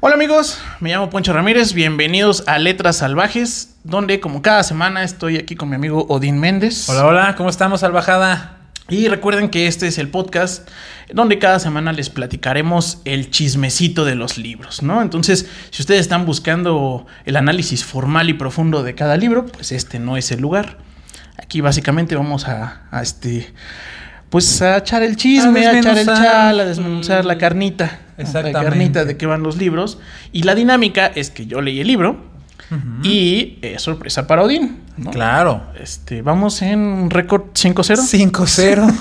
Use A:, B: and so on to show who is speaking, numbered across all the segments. A: Hola amigos, me llamo Poncho Ramírez, bienvenidos a Letras Salvajes, donde como cada semana estoy aquí con mi amigo Odín Méndez.
B: Hola, hola, ¿cómo estamos, Salvajada?
A: Y recuerden que este es el podcast donde cada semana les platicaremos el chismecito de los libros, ¿no? Entonces, si ustedes están buscando el análisis formal y profundo de cada libro, pues este no es el lugar. Aquí básicamente vamos a, a este, pues a echar el chisme,
B: A
A: a, echar el
B: desmenuzar.
A: chal, a desmenuzar la carnita. La
B: Exactamente.
A: carnita de qué van los libros. Y la dinámica es que yo leí el libro y eh, sorpresa para Odín, ¿no?
B: Claro.
A: Este, vamos en un récord 5-0.
B: 5-0.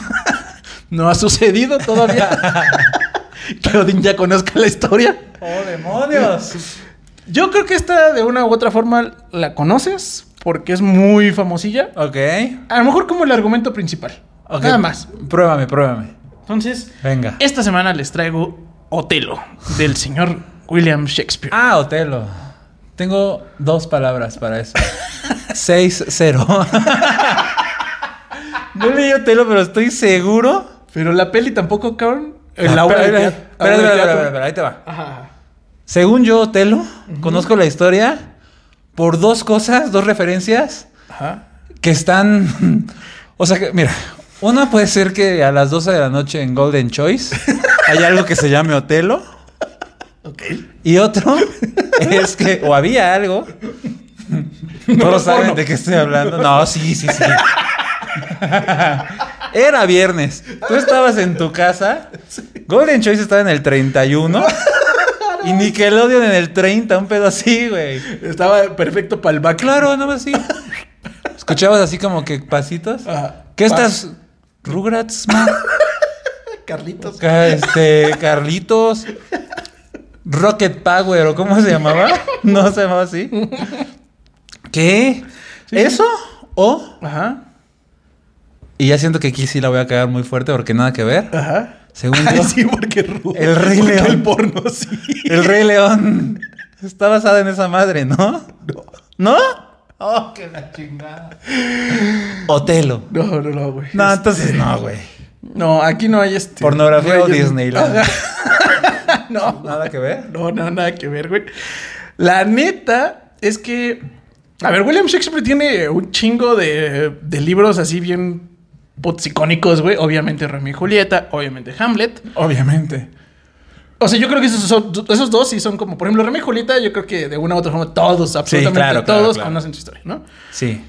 A: No ha sucedido todavía. que Odín ya conozca la historia.
B: ¡Oh, demonios!
A: Yo creo que esta de una u otra forma la conoces porque es muy famosilla.
B: ok.
A: A lo mejor como el argumento principal.
B: Ok.
A: Nada más.
B: Pruébame, pruébame.
A: Entonces,
B: Venga.
A: esta semana les traigo Otelo del señor William Shakespeare.
B: Ah, Otelo. Tengo dos palabras para eso. 6-0. no leí Otelo, pero estoy seguro.
A: Pero la peli tampoco, cabrón.
B: Ah, Espera,
A: La obra de
B: espera,
A: teatro- obra
B: espera,
A: de
B: espera,
A: teatro.
B: espera, espera, ahí te va.
A: Ajá.
B: Según yo, Otelo, conozco la historia por dos cosas, dos referencias.
A: Ajá.
B: que están. O sea, que, mira, una puede ser que a las 12 de la noche en Golden Choice hay algo que se llame Otelo.
A: Ok.
B: Y otro es que, o había algo. Todos saben
A: porno.
B: de qué estoy hablando. No, sí, sí, sí. Era viernes. Tú estabas en tu casa. Golden Choice estaba en el 31. Y Nickelodeon en el 30. Un pedo así, güey.
A: Estaba perfecto para el back.
B: Claro, nada más así. Escuchabas así como que pasitos.
A: Ajá.
B: ¿Qué
A: Pas-
B: estás? Rugrats, man.
A: Carlitos.
B: Ca- Este, Carlitos. Rocket Power, ¿o cómo se llamaba? No se llamaba así. ¿Qué?
A: Sí.
B: ¿Eso? ¿O?
A: Ajá.
B: Y ya siento que aquí sí la voy a cagar muy fuerte porque nada que ver.
A: Ajá.
B: Según
A: Ay,
B: yo,
A: sí, porque Ru-
B: El Rey
A: porque
B: León.
A: El porno, sí.
B: el Rey León está basada en esa madre, ¿no? ¿No? Oh, qué la chingada. Otelo.
A: No, no, no, güey.
B: No, entonces no, güey.
A: No, aquí no hay este.
B: Pornografía o
A: reyes-
B: Disneyland.
A: Ajá. no.
B: Nada que ver.
A: No, no, nada que ver, güey. La neta es que. A ver, William Shakespeare tiene un chingo de, de libros así bien putos icónicos, güey. Obviamente Romeo y Julieta, obviamente Hamlet.
B: Obviamente.
A: O sea, yo creo que esos, son- esos dos sí son como, por ejemplo, Romeo y Julieta, yo creo que de una u otra forma todos, absolutamente
B: claro, claro,
A: todos
B: claro.
A: conocen su historia, ¿no?
B: Sí.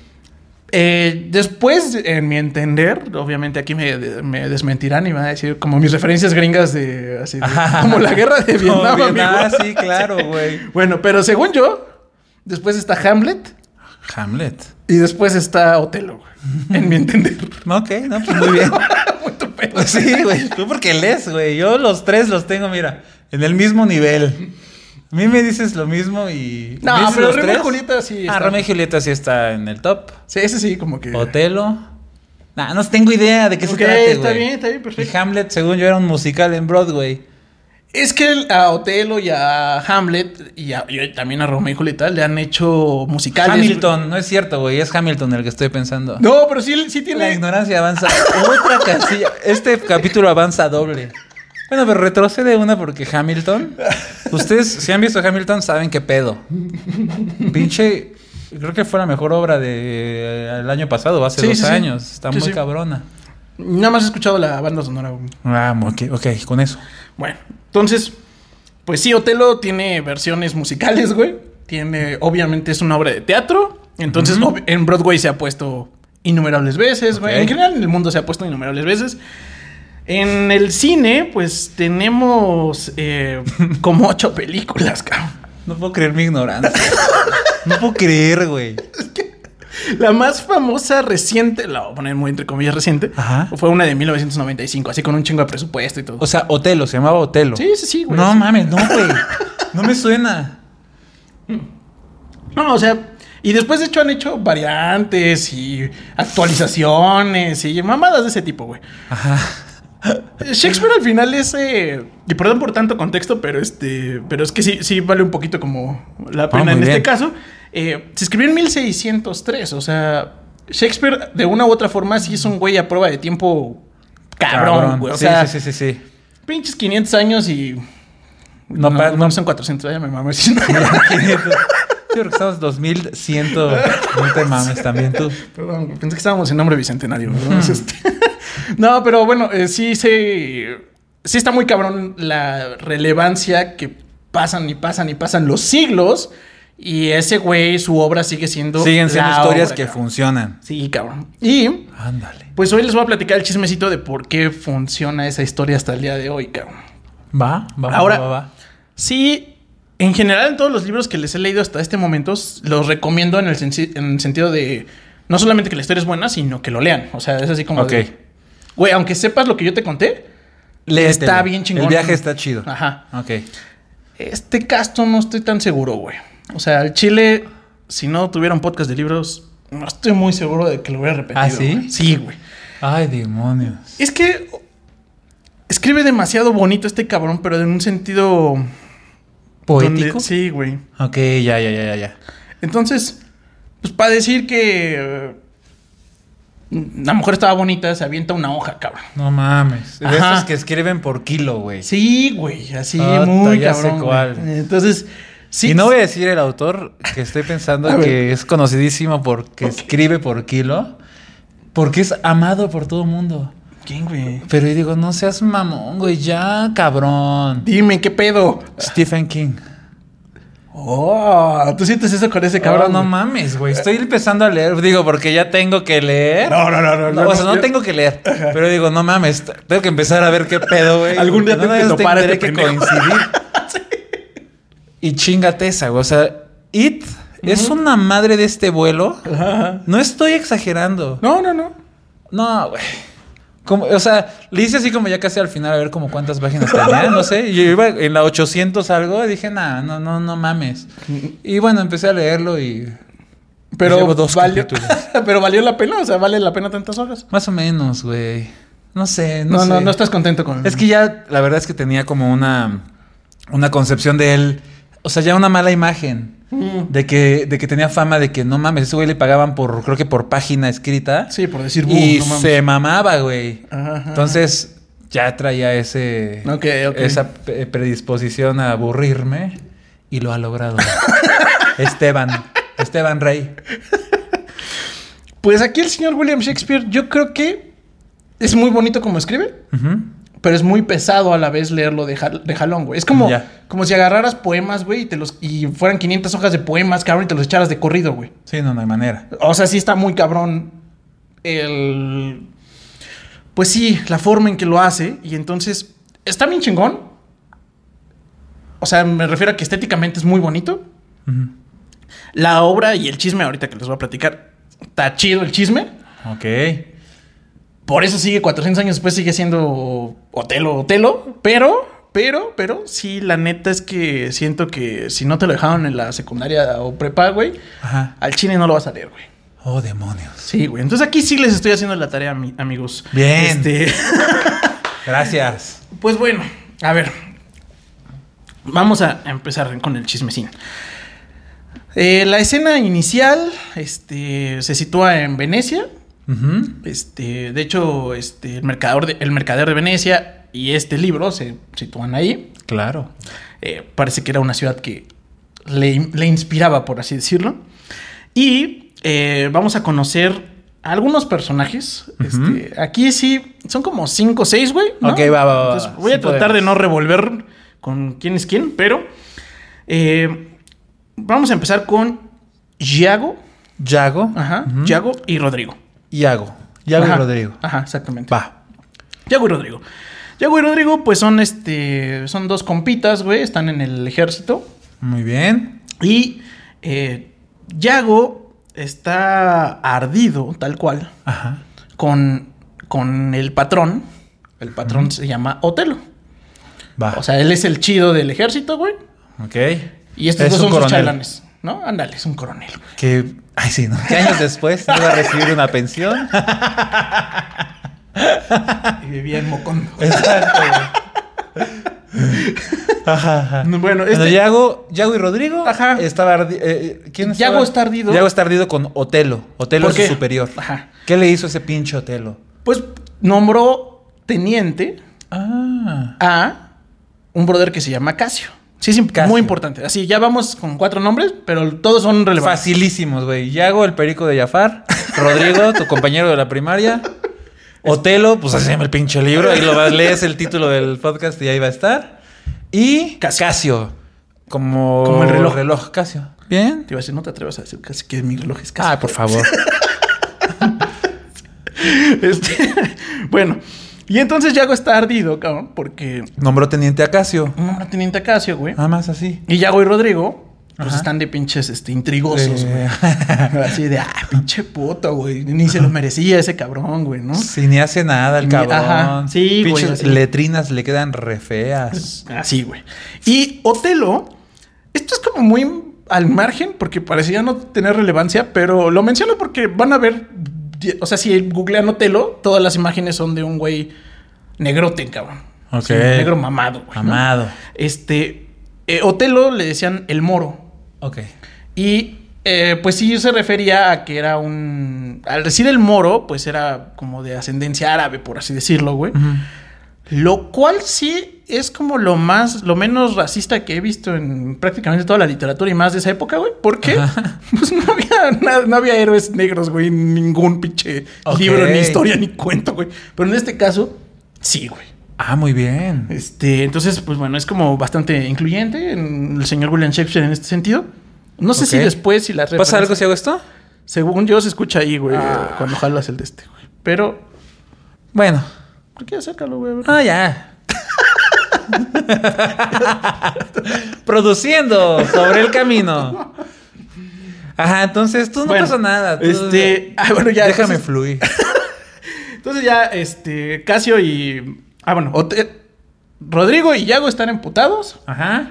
A: Eh, después, en mi entender, obviamente aquí me, me desmentirán y van a decir como mis referencias gringas de así de-
B: Ajá.
A: como la guerra de
B: Como
A: Vietnam.
B: Vietnam, ah,
A: amigo.
B: sí, claro, güey.
A: Bueno, pero según yo, después está Hamlet
B: Hamlet.
A: y después está Otelo, güey, en mi entender.
B: Ok, no, pues muy bien.
A: Muy tu pedo.
B: Pues sí, güey. Tú porque lees, güey. Yo los tres los tengo, mira, en el mismo nivel. A mí me dices lo mismo y.
A: No,
B: ¿me dices
A: pero
B: los
A: Romeo y
B: tres?
A: Julieta sí
B: Ah,
A: está-
B: Romeo y Julieta sí está en el top.
A: Sí, ese sí, como que.
B: Otelo. Nah, no tengo idea de qué
A: Ok,
B: se trata, güey.
A: está bien, está bien, perfecto.
B: Y Hamlet, según yo, era un musical en Broadway.
A: Es que el- a Otelo y a Hamlet y, a- y también a Romeo y Julieta le han hecho musicales.
B: Hamilton, no es cierto, güey. Es Hamilton el que estoy pensando.
A: No, pero sí, sí
B: La
A: tiene.
B: ignorancia avanza otra casilla. Este capítulo avanza doble. Bueno, pero retrocede una porque Hamilton. Ustedes, si han visto Hamilton, saben qué pedo. Pinche. Creo que fue la mejor obra del año pasado, hace
A: Sí,
B: dos
A: sí, sí.
B: años. Está
A: Sí,
B: muy
A: sí.
B: cabrona.
A: Nada más he escuchado la banda sonora. güey.
B: Ah, ok, ok, con eso.
A: Bueno, entonces, pues sí, Otelo tiene versiones musicales, güey. Tiene, obviamente, es una obra de teatro. Entonces,
B: Ujú.
A: ob- en Broadway se ha puesto innumerables veces, güey.
B: Ok.
A: En general, en el mundo se ha puesto innumerables veces. En el cine, pues tenemos eh, como ocho películas, cabrón.
B: No puedo creer mi ignorancia. No puedo creer, güey.
A: La más famosa reciente, la voy a poner muy entre comillas reciente,
B: Ajá.
A: fue una de 1995, así con un chingo de presupuesto y todo.
B: O sea, Otelo, se llamaba Otelo.
A: sí, sí, sí, güey.
B: No
A: sí.
B: mames, no, güey. No me suena.
A: No, o sea, y después de hecho han hecho variantes y actualizaciones y mamadas de ese tipo, güey. Shakespeare al final es, eh, y perdón por tanto contexto, pero este, pero es que sí, sí vale un poquito como la pena
B: Ah, muy
A: en este
B: bien.
A: caso. Eh, se escribió en 1603, o sea, Shakespeare de una u otra forma sí es un güey a prueba de tiempo cabrón, güey. O
B: sí,
A: sea,
B: sí, sí, sí, sí.
A: pinches 500 años y No,
B: No,
A: no,
B: pa- no.
A: son 400, ya me mamé. si no.
B: Yo creo que estamos 2100. No te mames también tú.
A: Perdón, pensé que estábamos en nombre bicentenario. ¿verdad? Es este. no, pero bueno, eh, sí se. Sí está muy cabrón la relevancia que pasan y pasan y pasan los siglos. Y ese güey, su obra sigue siendo.
B: Siguen siendo
A: la
B: historias
A: obra,
B: que
A: cabrón.
B: funcionan.
A: Sí, cabrón. Y
B: Ándale.
A: pues hoy les voy a platicar el chismecito de por qué funciona esa historia hasta el día de hoy, cabrón.
B: Va, va,
A: Ahora-
B: va, va, va.
A: Sí, en general en todos los libros que les he leído hasta este momento, s- los recomiendo en el, senci- en el sentido de no solamente que la historia es buena, sino que lo lean. O sea, es así como...
B: Ok.
A: de, Güey, aunque sepas lo que yo te conté,
B: Léetelo.
A: está bien chingón.
B: El viaje está chido.
A: Ajá.
B: Ok.
A: Este casto no estoy tan seguro, güey. O sea, el Chile, si no tuviera un podcast de libros, no estoy muy seguro de que lo hubiera repetido.
B: ¿Ah, sí?
A: güey. Sí, güey.
B: Ay, demonios.
A: Es que escribe demasiado bonito este cabrón, pero en un sentido... donde-
B: ¿Poético?
A: sí, güey.
B: Ok, ya, ya, ya, ya, ya.
A: Entonces, pues para decir que eh, la mujer estaba bonita, se avienta una hoja, cabrón.
B: No mames. De
A: Ajá.
B: esos que escriben por kilo, güey.
A: Sí, güey, así
B: Ota,
A: muy
B: ya
A: cabrón.
B: sé cuál.
A: güey. Entonces, sí.
B: y no voy a decir el autor, que estoy pensando
A: A ver.
B: que es conocidísimo porque
A: Ok.
B: escribe por kilo, porque es amado por todo el mundo.
A: ¿Quién, güey?
B: Pero yo digo, no seas mamón, güey, ya, cabrón.
A: Dime, ¿qué pedo?
B: Stephen King.
A: Oh, ¿tú sientes eso con ese
B: Cabrón,
A: cabrón?
B: Oh, no
A: güey?
B: mames, güey. Estoy empezando a leer. Digo, porque ya tengo que leer.
A: No, no, no, no.
B: No, o sea, no
A: yo-
B: tengo que leer. Pero digo, no mames, t- tengo que empezar a ver qué pedo, güey.
A: Algún día
B: porque
A: tengo que
B: nada más
A: topar a
B: tendré
A: este
B: que
A: pendejo.
B: coincidir. Y chingate esa, güey. O sea, It es una madre de este vuelo.
A: Ajá.
B: No estoy exagerando.
A: No, no, no.
B: No, güey. Como, o sea, le hice así como ya casi al final a ver como cuántas páginas tenía, no sé. Yo iba en la 800 algo y dije, nah, no, no, no mames. Y bueno, empecé a leerlo y
A: Pero
B: Llevo dos
A: valió,
B: capítulos.
A: pero valió la pena, o sea, vale la pena tantas horas.
B: más o menos, güey. No sé, no,
A: No, no,
B: sé.
A: no, estás contento con.
B: Es que ya, la verdad es que tenía como una, una concepción de él, o sea, ya una mala imagen.
A: Mm.
B: De que, de que tenía fama de que no mames, ese güey le pagaban por, creo que por página escrita.
A: Sí, por decir.
B: y
A: "Buh, no mames".
B: se mamaba, güey.
A: Ajá, ajá.
B: Entonces, ya traía ese.
A: Ok, ok.
B: Esa pe- predisposición a aburrirme. Y lo ha logrado. Esteban. Esteban Rey.
A: Pues aquí el señor William Shakespeare, yo creo que es muy bonito como escribe,
B: Ujú.
A: pero es muy pesado a la vez leerlo de, jal- de jalón, güey. Es como,
B: Ya.
A: como si agarraras poemas, güey, y, te los- y fueran 500 hojas de poemas, cabrón, y te los echaras de corrido, güey.
B: Sí, no, no hay manera.
A: O sea, sí está muy cabrón el... Pues sí, la forma en que lo hace, y entonces está bien chingón. O sea, me refiero a que estéticamente es muy bonito.
B: Ujú.
A: La obra y el chisme, ahorita que les voy a platicar, está chido el chisme.
B: Ok.
A: Por eso sigue 400 años después, sigue siendo Otelo, Otelo. Pero, pero, pero, sí, la neta es que siento que si no te lo dejaron en la secundaria o prepa, güey,
B: Ajá.
A: al chile no lo vas a leer, güey.
B: Oh, demonios.
A: Sí, güey. Entonces aquí sí les estoy haciendo la tarea, ami- amigos.
B: Bien.
A: Este,
B: Gracias.
A: pues bueno, a ver. Vamos a empezar con el chismecín. Eh, la escena inicial este, se sitúa en Venecia.
B: Ujú.
A: Este, de hecho, este, el, mercador de, el mercader de Venecia y este libro se sitúan ahí.
B: Claro.
A: Eh, parece que era una ciudad que le, le inspiraba, por así decirlo. Y eh, vamos a conocer a algunos personajes.
B: Ujú.
A: Este, aquí sí, son como cinco o seis, güey. ¿no?
B: Ok, va, va, va, va.
A: Entonces, voy
B: Sí
A: a tratar de
B: podemos.
A: no revolver con quién es quién, pero eh, vamos a empezar con Yago,
B: Yago.
A: ajá,
B: Ujú.
A: Yago y Rodrigo.
B: Yago. Yago
A: Ajá,
B: y Rodrigo.
A: Ajá, exactamente.
B: Va.
A: Yago y Rodrigo. Yago y Rodrigo, pues son este. Son dos compitas, güey. Están en el ejército.
B: Muy bien.
A: Y eh, Yago está ardido, tal cual,
B: Ajá.
A: con, con el patrón. El patrón se llama Otelo.
B: Va.
A: O sea, él es el chido del ejército, güey.
B: ok.
A: Y estos
B: Es
A: dos
B: un
A: son sus
B: coronel.
A: chalanes, ¿no? Ándale, es un coronel. güey.
B: Que. Ay, sí, ¿no? Que años después iba a recibir una pensión.
A: Y vivía en Mocondo.
B: Exacto.
A: Bueno,
B: Bueno,
A: este-
B: Yago, Yago y Rodrigo.
A: Ajá.
B: Estaba ardi- eh, ¿Quién estaba?
A: Yago está ardido.
B: Yago está ardido con Otelo. Otelo
A: ¿Por
B: es su
A: qué?
B: superior.
A: Ajá.
B: ¿Qué le hizo ese pinche Otelo?
A: pues nombró teniente
B: Ah.
A: a un brother que se llama Casio. Sí, es imp-
B: Casi.
A: muy importante. Así, ya vamos con cuatro nombres, pero todos son relevantes.
B: Facilísimos, güey. Yago, el perico de Jafar. Rodrigo, tu compañero de la primaria. Otelo, pues así se llama el pinche libro. Ahí lo vas, lees el título del podcast y ahí va a estar. Y
A: Casio.
B: Casio. como,
A: Como el reloj.
B: reloj Casio. Bien.
A: Te iba a decir, no te atrevas a decir casi que mi reloj es casi.
B: Ah, por favor. pues.
A: Este, bueno, y entonces Yago está ardido, cabrón, porque
B: Nombró teniente a Casio.
A: no era teniente Acacio, güey.
B: Nada más así.
A: Y Yago y Rodrigo, pues
B: Ah. Ajá.
A: están de pinches este, intrigosos, güey.
B: Eh,
A: Así de, ah, pinche puto, güey. Ni se lo merecía ese cabrón, güey, ¿no?
B: Sí, ni hace nada el
A: Ni-
B: cabrón.
A: ajá. Sí, güey,
B: Pinches
A: así.
B: letrinas le quedan re feas.
A: Así, güey. Y Otelo, esto es como muy al margen, porque parecía no tener relevancia, pero lo menciono porque van a ver, die- o sea, si googlean Otelo, todas las imágenes son de un güey negrote, cabrón.
B: Ok.
A: Sí, negro mamado, güey. ¿no?
B: Amado.
A: Este, eh, Otelo le decían el moro,
B: Ok.
A: Y eh, pues sí se refería a que era un... Al decir el moro, pues era como de ascendencia árabe, por así decirlo, güey. Lo cual sí es como lo más, lo menos racista que he visto en prácticamente toda la literatura y más de esa época, güey. Porque
B: Ajá.
A: pues no había, na- no había héroes negros, güey. en Ningún pinche
B: Ok.
A: libro, ni historia, ni cuento, güey. Pero en este caso, sí, güey.
B: Ah, muy bien.
A: Este, entonces, pues bueno, es como bastante incluyente en el señor William Shakespeare en este sentido. No sé si
B: Ok.
A: después, si las
B: ¿Pasa
A: referencias-
B: algo Ah. si hago esto?
A: Según yo se escucha ahí, güey, cuando jalas el de este, güey. Pero,
B: Bueno.
A: ¿por qué acércalo, güey? a ver.
B: Ah, ya. Produciendo sobre el camino. Ajá, entonces tú no
A: Bueno,
B: pasa nada. tú-
A: este, ah, bueno, ya,
B: Déjame
A: entonces-
B: fluir.
A: Entonces ya, este, Casio y... Ah, bueno, Ote- Rodrigo y Yago están emputados.
B: Ajá.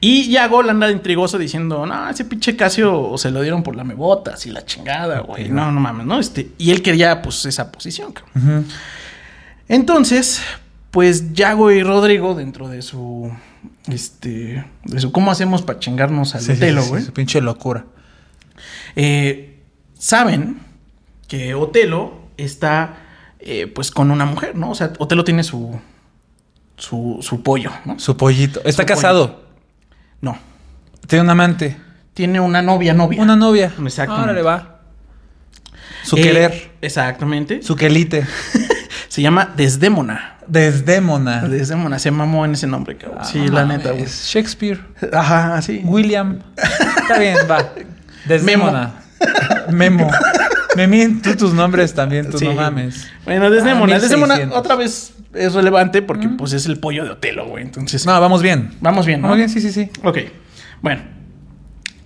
A: Y Yago la anda de intrigoso diciendo, no, ese pinche Casio se lo dieron por la mebotas y la chingada, güey. No, no mames, ¿no? Este, y él quería, pues, esa posición, cabrón.
B: Ujú.
A: Entonces, pues Yago y Rodrigo, dentro de su. Este. De su cómo hacemos para chingarnos al
B: Sí, sí,
A: Otelo,
B: sí,
A: güey.
B: su pinche locura.
A: eh, saben que Otelo está. eh, pues con una mujer, ¿no? O sea, Otelo tiene su. su, su pollo, ¿no?
B: Su pollito. Está
A: Su
B: casado.
A: No.
B: Tiene un amante.
A: Tiene una novia, novia.
B: Una novia.
A: Exactamente.
B: Ahora le va. Su
A: Eh,
B: querer.
A: Exactamente.
B: Su quelite.
A: Se llama Desdémona.
B: Desdémona.
A: Desdémona, se mamó en ese nombre, cabrón.
B: Ah,
A: sí,
B: no
A: la
B: mames.
A: neta, güey.
B: Shakespeare.
A: Ajá, sí.
B: William. Está bien, va. Desdémona. Memo. Memín, tú tus nombres también, tú
A: Sí.
B: no mames.
A: Bueno, Desdémona.
B: Ah,
A: Desdémona
B: 1600.
A: otra vez es relevante porque pues es el pollo de Otelo, güey. Entonces,
B: No, vamos bien.
A: vamos bien, ¿no?
B: Vamos bien, sí, sí, sí.
A: Ok, bueno.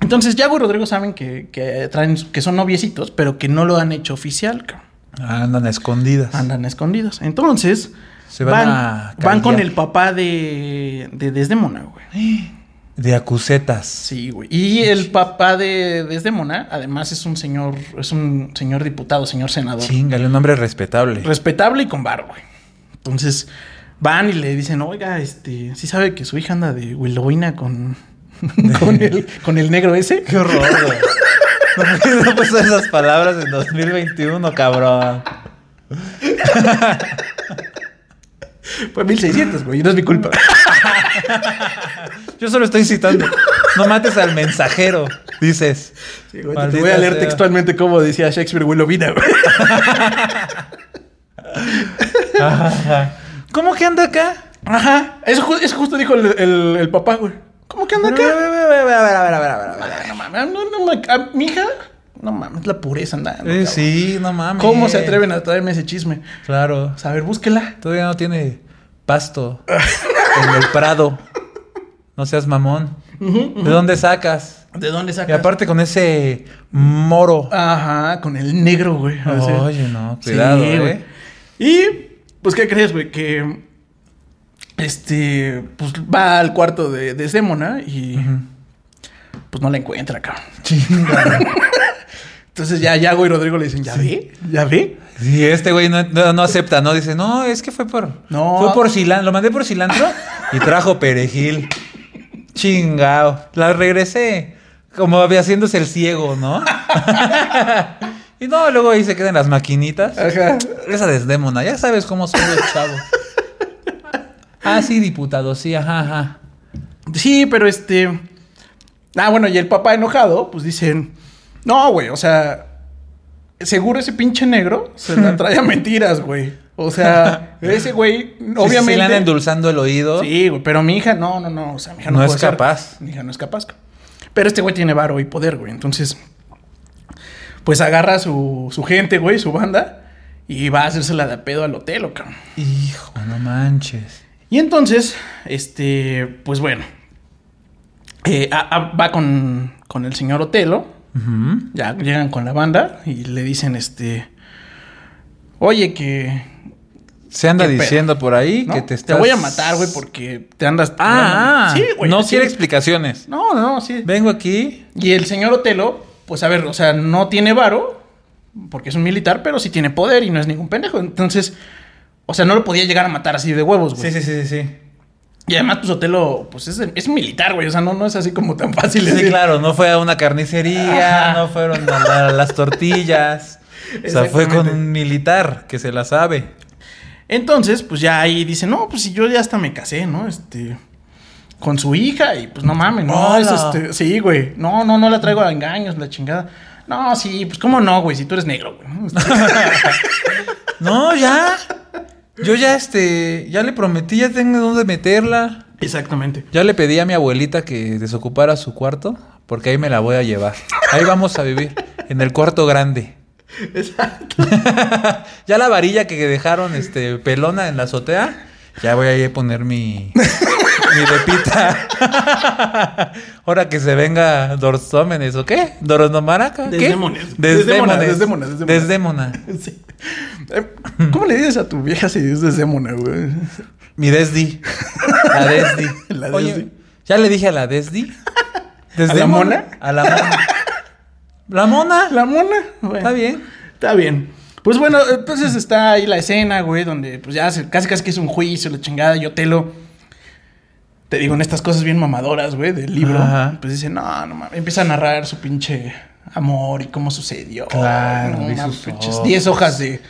A: Entonces, Yago y Rodrigo saben que, que traen, que son noviecitos, pero que no lo han hecho oficial, cabrón.
B: Andan a escondidas.
A: Andan escondidos. Entonces,
B: Se
A: van,
B: van
A: van,
B: a
A: con
B: callar.
A: el papá de, de Desdémona, güey.
B: De acusetas.
A: Sí, güey. Y el papá de Desdémona, además, es un señor, es un señor diputado, señor senador.
B: Chingale, un nombre respetable.
A: respetable y con bar, güey. Entonces van y le dicen, oiga, este, sí sabe que su hija anda de Willoina con, con, el, con el negro ese.
B: Qué horror, güey. No puedes no pasar esas palabras en 2021, cabrón.
A: Fue 1600, güey, no es mi culpa.
B: Yo solo estoy citando. No mates al mensajero, dices.
A: Sí, güey, te
B: Maldita
A: voy a leer
B: sea.
A: textualmente cómo decía Shakespeare Willovina, güey.
B: ¿Cómo que anda acá?
A: Ajá, eso, ju- eso justo dijo el, el- el papá, güey. ¿Cómo que anda acá? No mames, no, no, ma- a mi hija, no mames, la pureza anda.
B: Eh, sí, no mames.
A: ¿Cómo se atreven a traerme ese chisme?
B: Claro.
A: O sea, a ver, búsquela.
B: Todavía no tiene pasto en el prado. No seas mamón. ¿De dónde sacas?
A: ¿De dónde
B: Y
A: saca?
B: aparte con ese moro.
A: Ajá, con el negro, güey. O sea,
B: Oye, no, cuidado,
A: sí, güey.
B: eh.
A: Y, pues, ¿qué crees, güey? Que, este, pues, va al cuarto de, de Sémona y, pues, no la encuentra, cabrón. Entonces, ya Yago y Rodrigo le dicen, ¿ya ve? ¿Ya ve?
B: Sí, este güey no, no- no acepta, ¿no? Dice, no, es que fue por.
A: No.
B: Fue por cilantro. Lo mandé por cilantro y trajo perejil. Chingao. La regresé. Como haciéndose el ciego, ¿no? y no, luego ahí se quedan las maquinitas.
A: Ajá.
B: Esa desdémona, ya sabes cómo son los chavos. Ah, sí, diputado, sí, ajá, ajá.
A: Sí, pero este. Ah, bueno, y el papá enojado, pues dicen. No, güey, o sea. Seguro ese pinche negro se la trae a mentiras, güey. O sea, ese güey,
B: Obviamente.
A: obviamente.
B: le andan endulzando el oído.
A: Sí, güey, pero mi hija, no, no, no. O sea, mi hija no,
B: No es
A: puede ser.
B: capaz.
A: Mi hija no es capaz. Pero este güey tiene varo y poder, güey. Entonces, pues agarra a su, su gente, güey, su banda, y va a hacérsela de pedo al hotel, o cabrón.
B: Hijo, no manches.
A: Y entonces, este, pues bueno, eh, a- a- va con, con el señor Otelo,
B: Ujú.
A: ya llegan con la banda y le dicen, este, oye, que
B: Se anda
A: Qué pedo,
B: diciendo por ahí
A: ¿no?
B: que te
A: te,
B: estás...
A: voy a matar, güey, porque te andas...
B: Ah, ah,
A: Sí, güey,
B: no
A: sí.
B: quiere explicaciones.
A: No, no, sí.
B: Vengo aquí.
A: Y el señor Otelo, pues a ver, o sea, no tiene varo, porque es un militar, pero sí tiene poder y no es ningún pendejo. Entonces, o sea, no lo podía llegar a matar así de huevos, güey.
B: sí, sí.
A: Y además, pues Otelo, pues es, es militar, güey. O sea, no, no es así como tan fácil.
B: Sí,
A: decir.
B: claro, no fue a una carnicería,
A: Ajá.
B: no fueron a, la- las tortillas. O sea, fue con un militar que se la sabe.
A: Entonces, pues ya ahí dice, no, pues si yo ya hasta me casé, ¿no? Este. Con su hija, y pues no mames, no,
B: ¡Hola!
A: es este. Sí, güey. No, no, no la traigo a engaños, la chingada. No, sí, pues cómo no, güey, si tú eres negro, güey. ¿no? Este,
B: No, ya. Yo ya, este, ya le prometí, ya tengo dónde meterla.
A: Exactamente.
B: Ya le pedí a mi abuelita que desocupara su cuarto, porque ahí me la voy a llevar. Ahí vamos a vivir, en el cuarto grande.
A: Exacto.
B: Ya la varilla que dejaron, este, pelona en la azotea, ya voy a ir a poner mi, mi repita. Ahora que se venga Dorsómenes, ¿o qué? ¿Dorosnomaraca? ¿Qué?
A: Desdémones.
B: Desdémones.
A: Desdémonas,
B: Desdémona.
A: desdémonas, Sí. Eh, ¿Cómo le dices a tu vieja si es desdémona, güey?
B: Mi Desdi. La Desdi.
A: La
B: Oye,
A: Desdi.
B: ya le dije a la Desdi.
A: la
B: Desdémona.
A: mona?
B: A la mona. La mona.
A: La mona, güey.
B: Está bien.
A: Está bien. Pues bueno, entonces está ahí la escena, güey, donde pues ya se- casi casi que es un juicio, la chingada, yo te lo... Te digo, en estas cosas bien mamadoras, güey, del libro.
B: Ajá.
A: Pues dice, no, no mames. Empieza a narrar su pinche amor y cómo sucedió.
B: Claro,
A: no
B: y
A: mames,
B: sus
A: pinches
B: ojos.
A: 10 hojas de,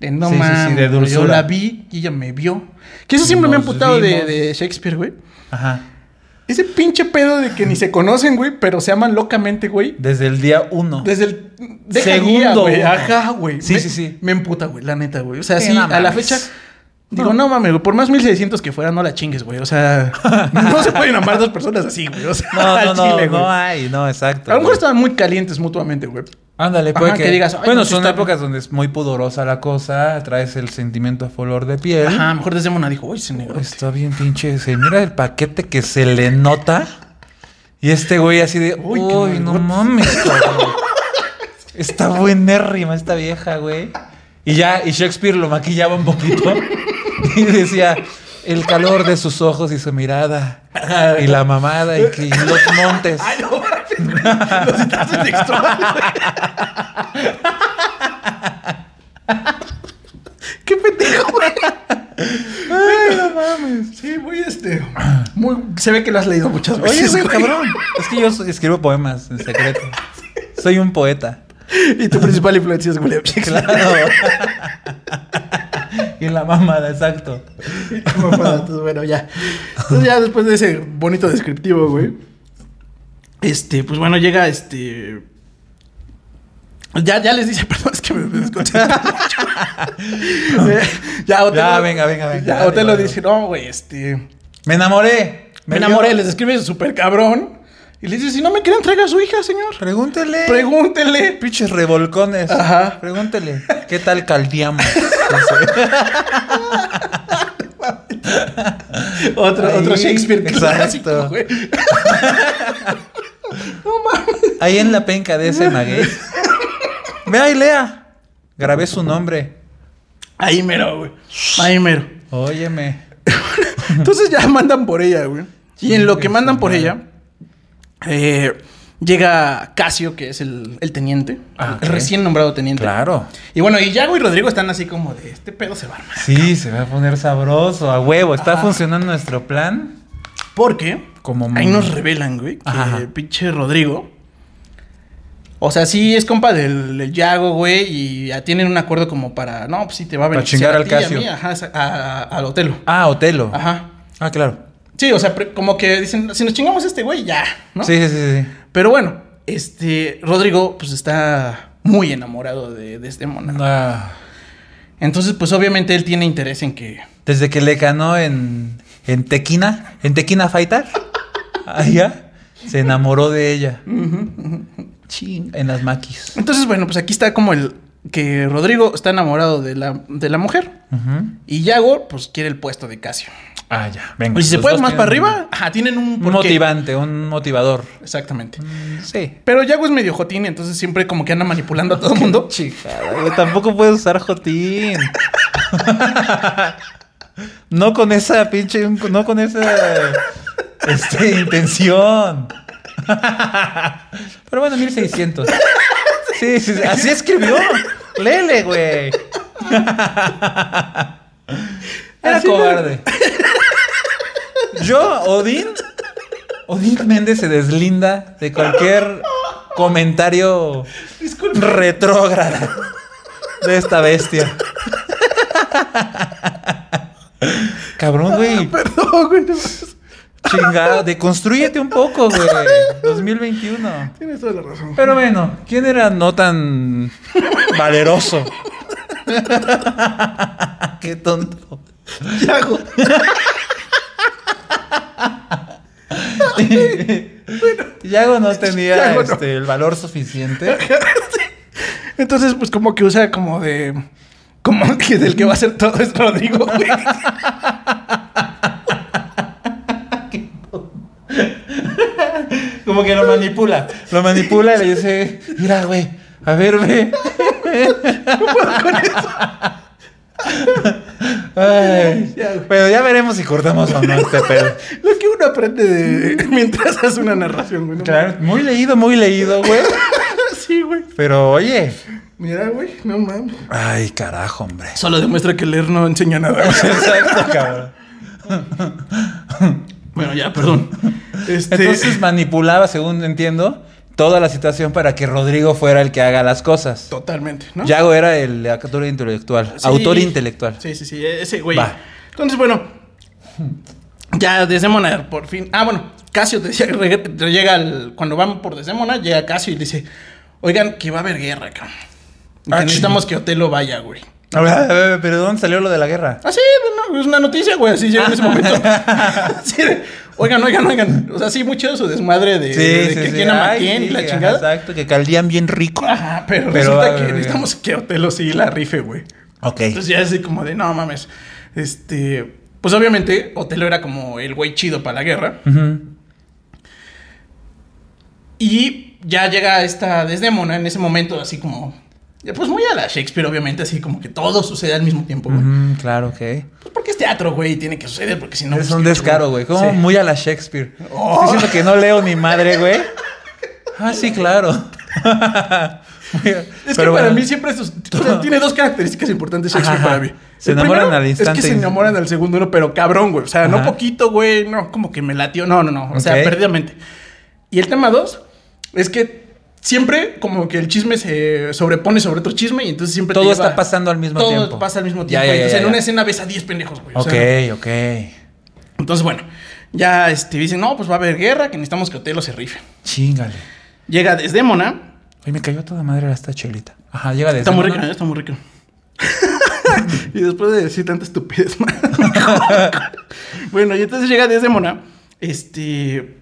A: de no
B: Sí, sí, sí,
A: mames.
B: de
A: güey, Yo
B: dulzura.
A: la vi y ella me vio. Que eso siempre me ha
B: Nos
A: amputado de,
B: vimos.
A: de Shakespeare, güey.
B: Ajá.
A: Ese pinche pedo de que ni se conocen, güey, pero se aman locamente, güey.
B: Desde el día uno.
A: Desde el
B: Segundo,
A: segundo, güey.
B: güey.
A: Ajá, güey.
B: Sí,
A: Me-
B: sí, sí.
A: Me emputa, güey, la neta, güey. O sea,
B: Sí,
A: sí,
B: no
A: a la
B: mames.
A: fecha. Digo, no mames, güey, por más 1600 que fuera, no la chingues, güey. O sea, no se pueden amar dos personas así, güey. O sea,
B: No,
A: al
B: no, no,
A: chile, güey.
B: no hay, no, exacto.
A: A lo mejor
B: güey.
A: estaban muy calientes mutuamente, güey.
B: Ándale,
A: Ajá,
B: puede
A: que
B: que...
A: digas, "Ay, no,
B: bueno,
A: sí
B: son
A: está-
B: épocas donde es muy pudorosa la cosa, traes el sentimiento a flor de piel.
A: Ajá, a lo mejor desde Mona dijo, uy, se negó. este".
B: Está bien, pinche. Se mira el paquete que se le nota. Y este güey así de.
A: Uy,
B: Uy,
A: qué
B: no
A: nalgotas".
B: mames, cabrón. Está buenérrima esta vieja, güey. Y ya, y Shakespeare lo maquillaba un poquito. Y decía. El calor de sus ojos y su mirada. Y la mamada y, que- y los montes.
A: Ay, no mames, güey. Los citaste textuales, güey. Qué pendejo, güey.
B: Ay, no mames.
A: Sí, muy este. Muy, se ve que lo has leído muchas
B: Oye,
A: veces.
B: es
A: güey.
B: cabrón. Es que yo so- escribo poemas en secreto. Soy un poeta.
A: Y tu principal influencia es William Shakespeare.
B: Claro. y la mamada, exacto.
A: Mamada, Entonces, bueno, ya. Entonces, ya después de ese bonito descriptivo, güey. Este, pues bueno, llega este. Ya, ya les dice, perdón, es que me, me desconcentré mucho. Eh, ya, Otelo.
B: Ya, venga, venga, venga.
A: Ya,
B: Dale,
A: Otelo
B: dale.
A: dice, no, güey, este.
B: Me enamoré.
A: Me enamoré,
B: dio-
A: les describe súper cabrón. Y le dice, si no me quieren, traiga a su hija,
B: Eh.
A: señor.
B: Pregúntele.
A: Pregúntele.
B: Pinches revolcones.
A: Ajá.
B: Pregúntele. ¿Qué tal caldeamos?
A: Otro,
B: Ahí,
A: otro Shakespeare clásico,
B: exacto.
A: güey. no mames.
B: Ahí en la penca de ese maguey. Ve ahí, Lea. Grabé su nombre.
A: Ahí mero, güey. Ahí mero.
B: Óyeme.
A: Entonces ya mandan por ella, güey. Y en lo que
B: Chingue
A: mandan
B: su
A: por
B: madre.
A: ella, eh, llega Casio, que es el, el teniente,
B: Ah,
A: el
B: ok.
A: recién nombrado teniente.
B: Claro.
A: Y bueno, y Yago y Rodrigo están así como de este pedo se va a armar.
B: Sí, se va a poner sabroso, a huevo. Está
A: Ajá.
B: funcionando nuestro plan.
A: Porque
B: Como
A: ahí
B: mamá.
A: nos revelan, güey, que
B: Ajá.
A: pinche Rodrigo. O sea, sí es compa del, del Yago, güey, y ya tienen un acuerdo como para. No, pues sí te va a
B: Para
A: beneficiar
B: chingar
A: a
B: al
A: ti y a
B: Casio.
A: mí, ajá, a- a- al Otelo.
B: Ah, Otelo.
A: Ajá.
B: Ah, claro.
A: Sí, o sea, pre- como que dicen, si nos chingamos a este güey, ya, ¿no?
B: Sí, sí, sí, sí.
A: Pero bueno, este, Rodrigo, pues está muy enamorado de, de este monarca.
B: Ah,
A: Entonces, pues obviamente él tiene interés en que.
B: desde que le ganó en, en Tequina, en Tequina Fighter, allá, se enamoró de ella. Ching, en las maquis.
A: Entonces, bueno, pues aquí está como el que Rodrigo está enamorado de la, de la mujer
B: Ujú.
A: y Yago, pues quiere el puesto de Casio.
B: Ah, ya, venga.
A: Y si se
B: los
A: puede
B: dos
A: más para
B: tienen
A: arriba, ajá, tienen un
B: Un
A: porqué.
B: motivante, un motivador.
A: Exactamente.
B: Mm, Sí.
A: Pero Yago es medio jotín, entonces siempre como que anda manipulando a todo el mundo.
B: Chingada, güey, Tampoco puedes usar Jotín. no con esa pinche. No con esa. Este, intención. Pero bueno, 1600. Sí, sí, sí, así escribió. Lele, güey. Era
A: Así no.
B: cobarde. Yo, Odín. Odín Méndez se deslinda de cualquier comentario
A: Disculpe.
B: retrógrada de esta bestia. Cabrón, güey.
A: Perdón, güey. no más.
B: Chingado. Deconstrúyete un poco, güey. 2021.
A: Tienes toda la razón.
B: Pero bueno, ¿quién era no tan valeroso? Qué tonto.
A: Yago.
B: Yago no tenía
A: Yago no.
B: este, el valor suficiente.
A: Entonces, pues como que usa como de. Como que del que va a hacer todo es Rodrigo, güey.
B: Como que lo manipula. Lo manipula y le dice, mira, güey, a ver, ve. Ay, pero ya veremos si cortamos o no este pedo.
A: Lo que uno aprende de- mientras hace una narración, güey. ¿no?
B: Claro, muy leído, muy leído, güey.
A: Sí, güey.
B: Pero oye.
A: Mira, güey, no mames.
B: Ay, carajo, hombre.
A: Solo demuestra que leer no enseña nada. güey.
B: Exacto, cabrón.
A: bueno, ya, perdón. Este,
B: Entonces manipulaba, según entiendo, toda la situación para que Rodrigo fuera el que haga las cosas.
A: totalmente, ¿no?
B: Yago era el autor intelectual.
A: Sí.
B: Autor intelectual.
A: Sí, sí, sí, e-, ese güey.
B: Va.
A: Entonces, bueno, ya Desdémona por fin. Ah, bueno, Casio decía, reg- llega al- cuando van por Desdémona, llega Casio y le dice: Oigan, que va a haber guerra, cabrón. Y
B: Ah,
A: que necesitamos que Otelo vaya, güey.
B: A ver, a ver, pero ¿de dónde salió lo de la guerra?
A: Ah, sí, no, es una noticia, güey, así llega en ese momento. Así de, oigan, oigan, oigan. O sea, sí, muy chido su desmadre de, de que quién ama a
B: Ay,
A: quién y
B: sí,
A: la
B: ajá,
A: chingada. Ah.
B: Exacto, que caldían bien rico.
A: Ajá, pero,
B: Pero,
A: resulta
B: a
A: que
B: ver,
A: necesitamos que Otelo sí la rife, güey.
B: Ok.
A: Entonces ya así como de, no mames. Este. Pues obviamente, Otelo era como el güey chido para la guerra.
B: Ujú.
A: Y ya llega esta desdémona en ese momento, así como. ya, Pues muy a la Shakespeare, obviamente, así como que todo sucede al mismo tiempo, güey.
B: Ujú, claro, ok.
A: Pues porque es teatro, güey, y tiene que suceder, porque si no.
B: es
A: pues,
B: un
A: qué
B: descaro,
A: chulo.
B: güey. Como
A: Sí.
B: muy a la Shakespeare.
A: Oh.
B: Estoy diciendo que no leo ni madre, güey. Ah, sí, claro.
A: Es que para mí siempre sus- o sea, tiene dos características importantes Shakespeare
B: Ajá.
A: para mí.
B: Se
A: El
B: enamoran
A: primero
B: al
A: Es
B: instante.
A: que se enamoran al segundo uno, pero cabrón, güey. O sea, no
B: Ajá.
A: poquito, güey. No, como que me latió. No, no, no. O sea,
B: Ok.
A: perdidamente. Y el tema dos es que siempre como que el chisme se sobrepone sobre otro chisme y entonces siempre te
B: Todo
A: lleva-
B: está pasando al mismo tiempo.
A: Todo pasa al mismo
B: Ya,
A: tiempo.
B: ya, ya,
A: entonces en
B: ya.
A: una escena ves a 10 pendejos, güey. O
B: Ok,
A: sea,
B: ok.
A: entonces, bueno, ya este, dicen, no, pues va a haber guerra, que necesitamos que Otelo se rife.
B: Chingale.
A: Llega Desdémona.
B: Oye, me cayó a toda madre esta chelita. Ajá, llega de
A: Está muy rico, ¿eh? está muy rico. y después de decir tanta estupidez, man. bueno, y entonces llega Desdemona, este,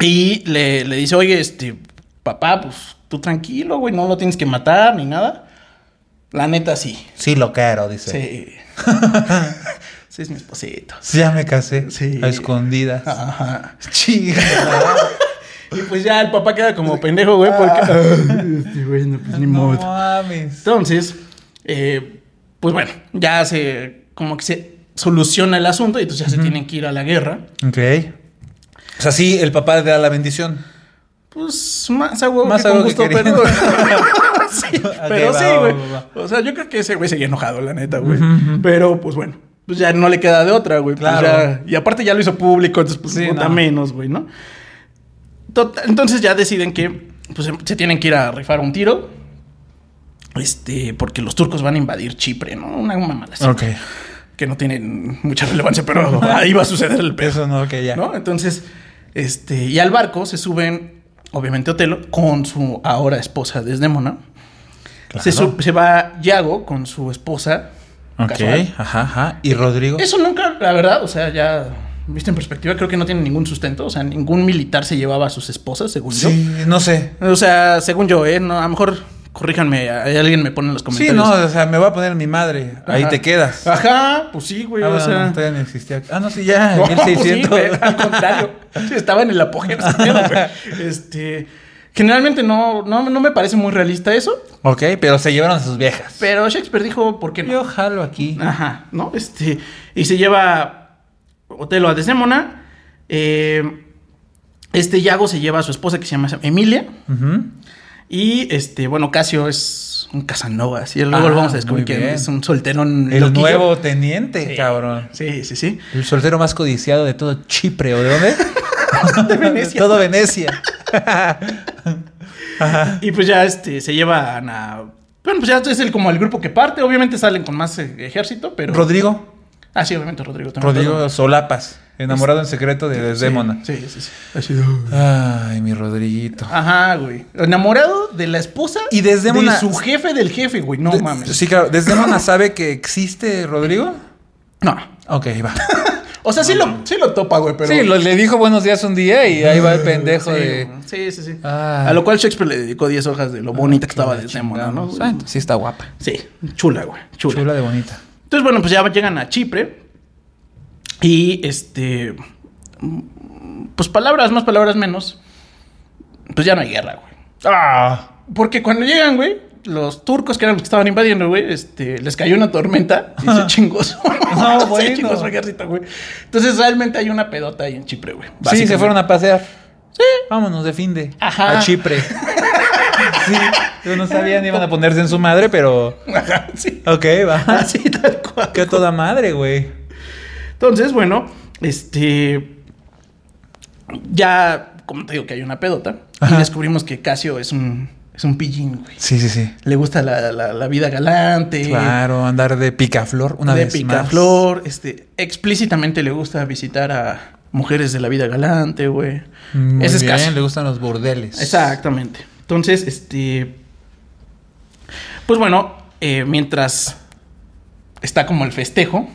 A: y le, le dice, oye, este, papá, pues tú tranquilo, güey, no lo tienes que matar ni nada. La neta, sí.
B: Sí, lo quiero, dice.
A: Sí. sí, es mi esposito.
B: Sí, ya me casé.
A: Sí. Ah.
B: A escondidas.
A: Ajá.
B: Chingada.
A: Y pues ya el papá queda como pendejo, güey, porque... Este, güey, no, pues, ni
B: no
A: modo.
B: mames.
A: Entonces, eh, pues bueno, ya se como que se soluciona el asunto y entonces ya se tienen que ir a la guerra.
B: Ok. O sea, sí, el papá da la bendición.
A: Pues más agua
B: Más
A: que
B: a
A: con
B: huevo que
A: gusto,
B: queriendo.
A: pero sí, pero
B: va,
A: sí,
B: va,
A: güey.
B: va,
A: O sea, yo creo que ese güey seguía enojado, la neta, güey.
B: Ujú, ujú.
A: Pero pues bueno, pues ya no le queda de otra, güey. Pues,
B: Claro.
A: ya- y aparte ya lo hizo público, entonces pues
B: Sí,
A: puta
B: no.
A: menos, güey, ¿no? Tota- entonces ya deciden que pues, se- se tienen que ir a rifar un tiro. Este, porque los turcos van a invadir Chipre, ¿no? Una mamada así.
B: Ok.
A: que no tienen mucha relevancia, pero ahí va a suceder el peso.
B: Eso no, que ya.
A: ¿no? Entonces, este, y al barco se suben, obviamente, Otelo con su ahora esposa Desdémona. Se,
B: Claro.
A: su- se va Yago con su esposa.
B: Ok,
A: casual.
B: ajá, ajá. ¿Y Rodrigo?
A: Eso nunca, la verdad, o sea, ya visto en perspectiva, creo que no tiene ningún sustento. O sea, ningún militar se llevaba a sus esposas, según
B: Sí, no sé.
A: yo. O sea, según yo, ¿eh? No, a lo mejor corríjanme, a- alguien me pone en los
B: Sí,
A: comentarios.
B: no, o sea, me va a poner mi madre. Ahí
A: Ajá.
B: te quedas.
A: Ajá, pues sí, güey,
B: Ah,
A: o
B: bueno,
A: sea.
B: no, todavía no existía. Ah, no, sí, ya, en
A: No, pues
B: 1600.
A: sí, güey, al contrario. Sí, estaba en el apogeo. ese pedo, güey. Este, generalmente no, no, no me parece muy realista eso,
B: ok, pero se llevaron a sus viejas.
A: pero Shakespeare dijo, ¿por qué no? Ah.
B: Yo jalo aquí.
A: Ajá, ¿no? Este, y se lleva Otelo a Desdémona. eh, este Yago se lleva a su esposa que se llama Emilia.
B: Ujú.
A: Y este, bueno, Casio es un Casanova. Así luego
B: Ah,
A: lo vamos a descubrir
B: muy
A: que
B: bien.
A: es un solterón.
B: El
A: loquillo.
B: nuevo teniente,
A: Sí.
B: cabrón.
A: Sí, sí, sí.
B: El soltero más codiciado de todo Chipre, ¿o de dónde?
A: De Venecia.
B: todo Venecia.
A: Y pues ya este, se llevan a. Bueno, pues ya es el, como el grupo que parte. Obviamente salen con más eh, ejército, pero.
B: Rodrigo.
A: ah, sí, obviamente Rodrigo también.
B: Rodrigo Solapas. Enamorado en secreto de
A: Sí,
B: Desdémona.
A: Sí, sí, sí.
B: Ay, mi Rodriguito.
A: Ajá, güey. Enamorado de la esposa.
B: Y Desdémona-
A: De su jefe del jefe, güey. No
B: De-
A: mames.
B: Sí, claro. ¿Desdémona sabe que existe Rodrigo?
A: No.
B: Ok, va.
A: O sea, sí, lo, sí lo topa, güey, pero.
B: Sí, lo- le dijo buenos días un día y ahí va el pendejo
A: Sí,
B: de...
A: güey. Sí, sí, sí.
B: Ah.
A: A lo cual Shakespeare le dedicó 10 hojas de lo bonita que estaba Desdémona, ¿no?
B: Ah, entonces Sí está guapa.
A: Sí, chula, güey. Chula.
B: Chula de bonita.
A: Entonces, bueno, pues ya llegan a Chipre. Y este. mm, Pues palabras más, palabras menos. Pues ya no hay guerra, güey.
B: Ah.
A: Porque cuando llegan, güey, los turcos que eran los que estaban invadiendo, güey, este, les cayó una tormenta y se chingó su.
B: No,
A: se
B: Ah, bueno.
A: chingó su ejército, güey. Entonces, realmente hay una pedota ahí en Chipre, güey.
B: Sí, se fueron a pasear.
A: Sí.
B: Vámonos de fin de...
A: Ajá.
B: A Chipre. sí, yo no sabía ni iban a ponerse en su madre, pero...
A: Ajá, sí.
B: Ok, va.
A: Así, tal cual.
B: Que a toda madre, güey.
A: Entonces, bueno, este. Ya, como te digo, que hay una pedota.
B: Ajá.
A: Y descubrimos que Casio es un, es un pillín, güey.
B: Sí, sí, sí.
A: Le gusta la, la- la vida galante.
B: Claro, andar de picaflor una
A: de
B: vez más.
A: picaflor. Este, explícitamente le gusta visitar a mujeres de la vida galante, güey.
B: Muy
A: Ese es
B: bien,
A: Casio.
B: le gustan los burdeles.
A: Exactamente. Entonces, este. Pues bueno, eh, mientras está como el festejo,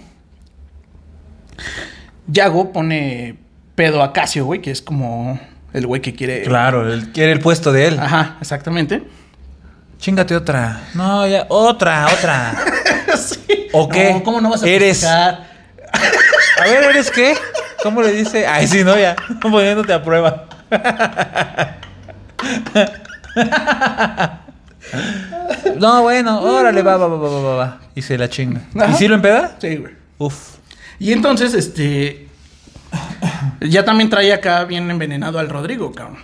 A: Yago pone pedo a Casio, güey, que es como el güey que quiere.
B: Claro, él quiere el puesto de él.
A: Ajá, exactamente.
B: Chingate otra. No, ya, otra, otra.
A: Sí.
B: ¿O qué?
A: No, ¿Cómo no vas a
B: Eres-
A: festejar?
B: A ver, ¿eres qué? ¿Cómo le dice? Ay, sí, no, ya. Poniéndote a prueba. No, bueno, órale, va, va, va, va, va, va. Y se la chinga.
A: Ajá.
B: ¿Y si lo empeda?
A: Sí, güey.
B: Uf.
A: Y entonces, este. Ya también trae acá bien envenenado al Rodrigo, cabrón.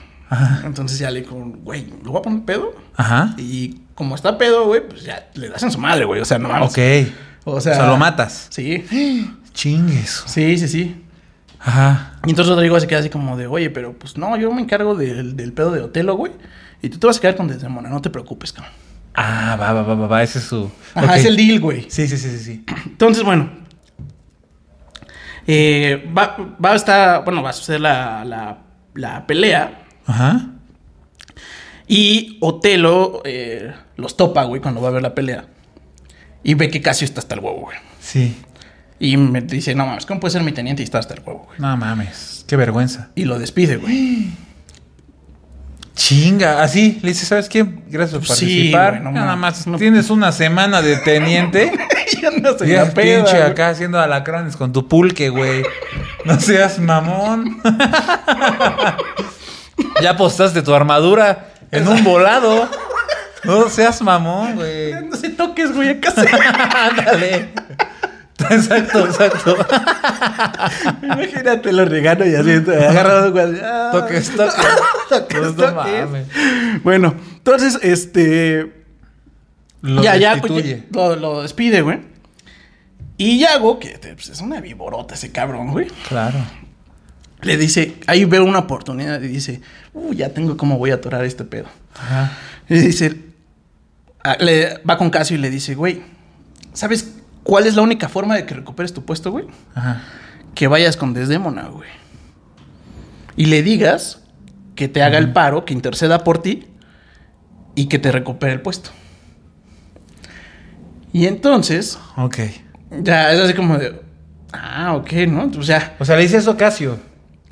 A: Entonces ya le dijo, güey, ¿lo voy a poner pedo?
B: Ajá.
A: Y como está pedo, güey, pues ya le das en su madre, güey. O sea, no mames.
B: Ok. O
A: O sea,
B: sea, lo matas.
A: Sí.
B: Chingues.
A: Sí, sí, sí.
B: Ajá.
A: Y entonces Rodrigo se queda así como de, oye, pero pues no, yo me encargo del, del pedo de Otelo, güey. Y tú te vas a quedar con Desdemona, no te preocupes, cabrón.
B: Ah, va, va, va, va, va. Ese es su.
A: Ajá,
B: Ok.
A: es el deal, güey.
B: Sí, sí, sí, sí, sí.
A: Entonces, bueno. eh, va, va a estar, bueno, va a suceder la, la, la pelea.
B: Ajá.
A: Y Otelo eh, los topa, güey, cuando va a ver la pelea. Y ve que Casio está hasta el huevo, güey.
B: Sí.
A: Y me dice, no mames, ¿cómo puede ser mi teniente y está hasta el huevo, güey?
B: No mames. Qué vergüenza.
A: Y lo despide, güey.
B: Chinga, así, le dice, ¿sabes qué? Gracias por
A: Sí,
B: participar.
A: güey, no
B: Ya Nada
A: mames.
B: más, tienes una semana de teniente.
A: y andas en
B: y
A: la peda,
B: pinche
A: güey.
B: acá haciendo alacranes con tu pulque, güey. No seas mamón. ya apostaste tu armadura en un volado. No seas mamón, güey.
A: No se toques, güey, acá se...
B: Ándale. Exacto, exacto.
A: Imagínate los regalos y así, agarrado, güey. ah.
B: Toques, toques.
A: Toques,
B: Pues no
A: toques.
B: mames.
A: Bueno, entonces, este...
B: Lo
A: ya, ya, pues,
B: destituye.
A: ya, lo, lo despide, güey. Y Yago, que pues, es una viborota ese cabrón, güey.
B: Claro.
A: Le dice, ahí veo una oportunidad y dice, uh, ya tengo cómo voy a atorar este pedo.
B: Ajá.
A: Y dice, ah, le va con Casio y le dice, güey, ¿sabes ¿Cuál es la única forma de que recuperes tu puesto, güey?
B: Ajá.
A: Que vayas con Desdémona, güey. Y le digas que te haga el paro, que interceda por ti y que te recupere el puesto. Y entonces,
B: Ok.
A: ya es así como de. Ah, ok, ¿no? Pues ya.
B: O sea, le dice eso a Casio.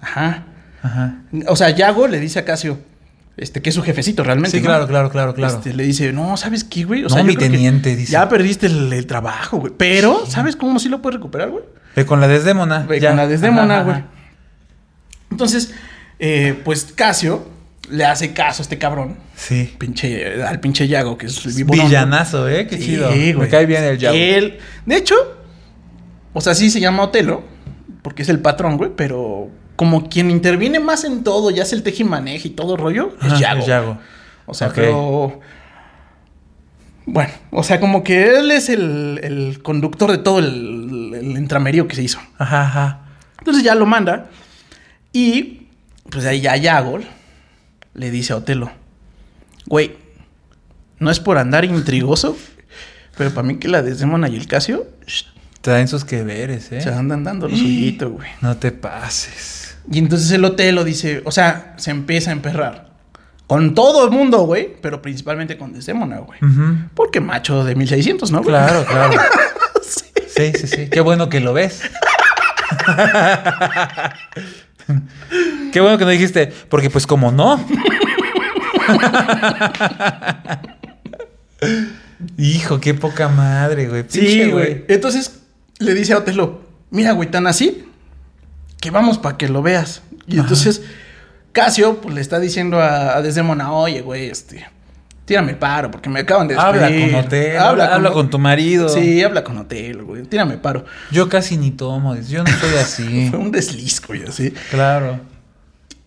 A: Ajá.
B: Ajá.
A: O sea, Yago le dice a Casio, este, que es su jefecito realmente.
B: Sí,
A: ¿no?
B: claro, claro, claro, claro.
A: Este, le dice, no, ¿sabes qué, güey? O
B: No,
A: yo
B: mi
A: creo que
B: teniente", dice.
A: Ya perdiste el, el trabajo, güey. Pero, ¿sabes cómo sí lo puedes recuperar, güey?
B: Ve con la desdémona.
A: Ve
B: ya.
A: Con la desdémona,
B: Ajá,
A: güey.
B: ajá.
A: Entonces, eh, pues Casio le hace caso a este cabrón,
B: Sí.
A: pinche, al pinche Yago, que es el viborón,
B: Villanazo, ¿eh? Qué
A: güey.
B: chido.
A: Sí,
B: Me
A: güey.
B: cae bien el Yao.
A: Él- de hecho, o sea, sí se llama Otelo, porque es el patrón, güey, pero como quien interviene más en todo y hace el tejimaneje y todo rollo,
B: Ajá,
A: es Yago.
B: el Yago.
A: O sea,
B: Ok.
A: pero. Bueno, o sea, como que él es el, el conductor de todo el, el entramerío que se hizo.
B: Ajá, ajá.
A: Entonces ya lo manda. Y pues de ahí ya Yago le dice a Otelo: Güey, no es por andar intrigoso, pero para mí que la Desdemona y el Casio sh,
B: Traen sus que veres, ¿eh?
A: se andan dando los hoyitos, güey.
B: No te pases.
A: Y entonces el Otelo dice: O sea, se empieza a emperrar. Con todo el mundo, güey, pero principalmente con Desdemona, güey.
B: Ujú.
A: Porque macho de 1600, ¿no? güey?
B: Claro, claro.
A: Sí.
B: Sí, sí, sí. Qué bueno que lo ves. Qué bueno que no dijiste, porque pues como no. Hijo, qué poca madre, güey. Pinche,
A: Sí, güey. Entonces le dice a Otelo, mira, güey, tan así que vamos para que lo veas. Y entonces Casio pues, le está diciendo a, a Desdemona, oye, güey, este, tírame el paro porque me acaban de
B: Habla
A: despedir.
B: con hotel, habla, habla con tu marido.
A: Sí, habla con Otelo, güey, tírame paro.
B: Yo casi ni tomo, dice, yo no soy así.
A: Fue un desliz, güey, así.
B: claro.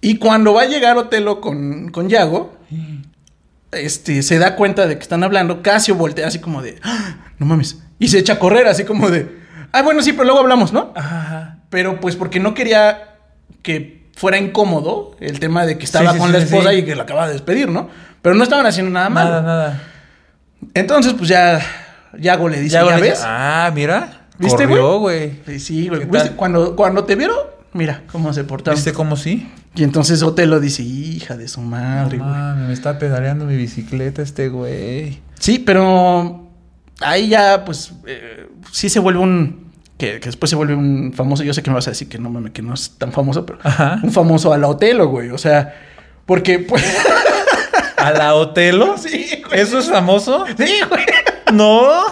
A: Y cuando va a llegar Otelo con, con Yago, este, se da cuenta de que están hablando, Casio voltea así como de, "Ah, no mames, y se echa a correr así como de, ah, bueno, sí, pero luego hablamos, ¿no?
B: Ajá.
A: Pero pues porque no quería que fuera incómodo el tema de que estaba
B: Sí, sí,
A: con
B: sí,
A: la
B: sí,
A: esposa
B: sí.
A: y que la acaba de despedir, ¿no? Pero no estaban haciendo nada mal.
B: Nada, nada.
A: Entonces, pues ya Yago le dice,
B: Ya,
A: ¿ya,
B: güey,
A: ves?
B: Ah, mira.
A: ¿Viste,
B: ¿Viste,
A: güey?
B: güey?
A: Sí, Sí, güey.
B: ¿Qué
A: ¿Viste?
B: tal?
A: Cuando, cuando te vieron, mira cómo se portaron.
B: ¿Viste cómo sí?
A: Y entonces Otelo dice, hija de su madre,
B: No
A: güey.
B: mames, me está pedaleando mi bicicleta este güey.
A: Sí, pero ahí ya, pues, eh, sí se vuelve un... Que, que después se vuelve un famoso. Yo sé que me vas a decir que no mames, que no es tan famoso, pero...
B: Ajá.
A: Un famoso a la Otelo, güey. O sea, porque, pues...
B: ¿A la Otelo?
A: sí, güey.
B: ¿Eso es famoso?
A: Sí, güey.
B: No.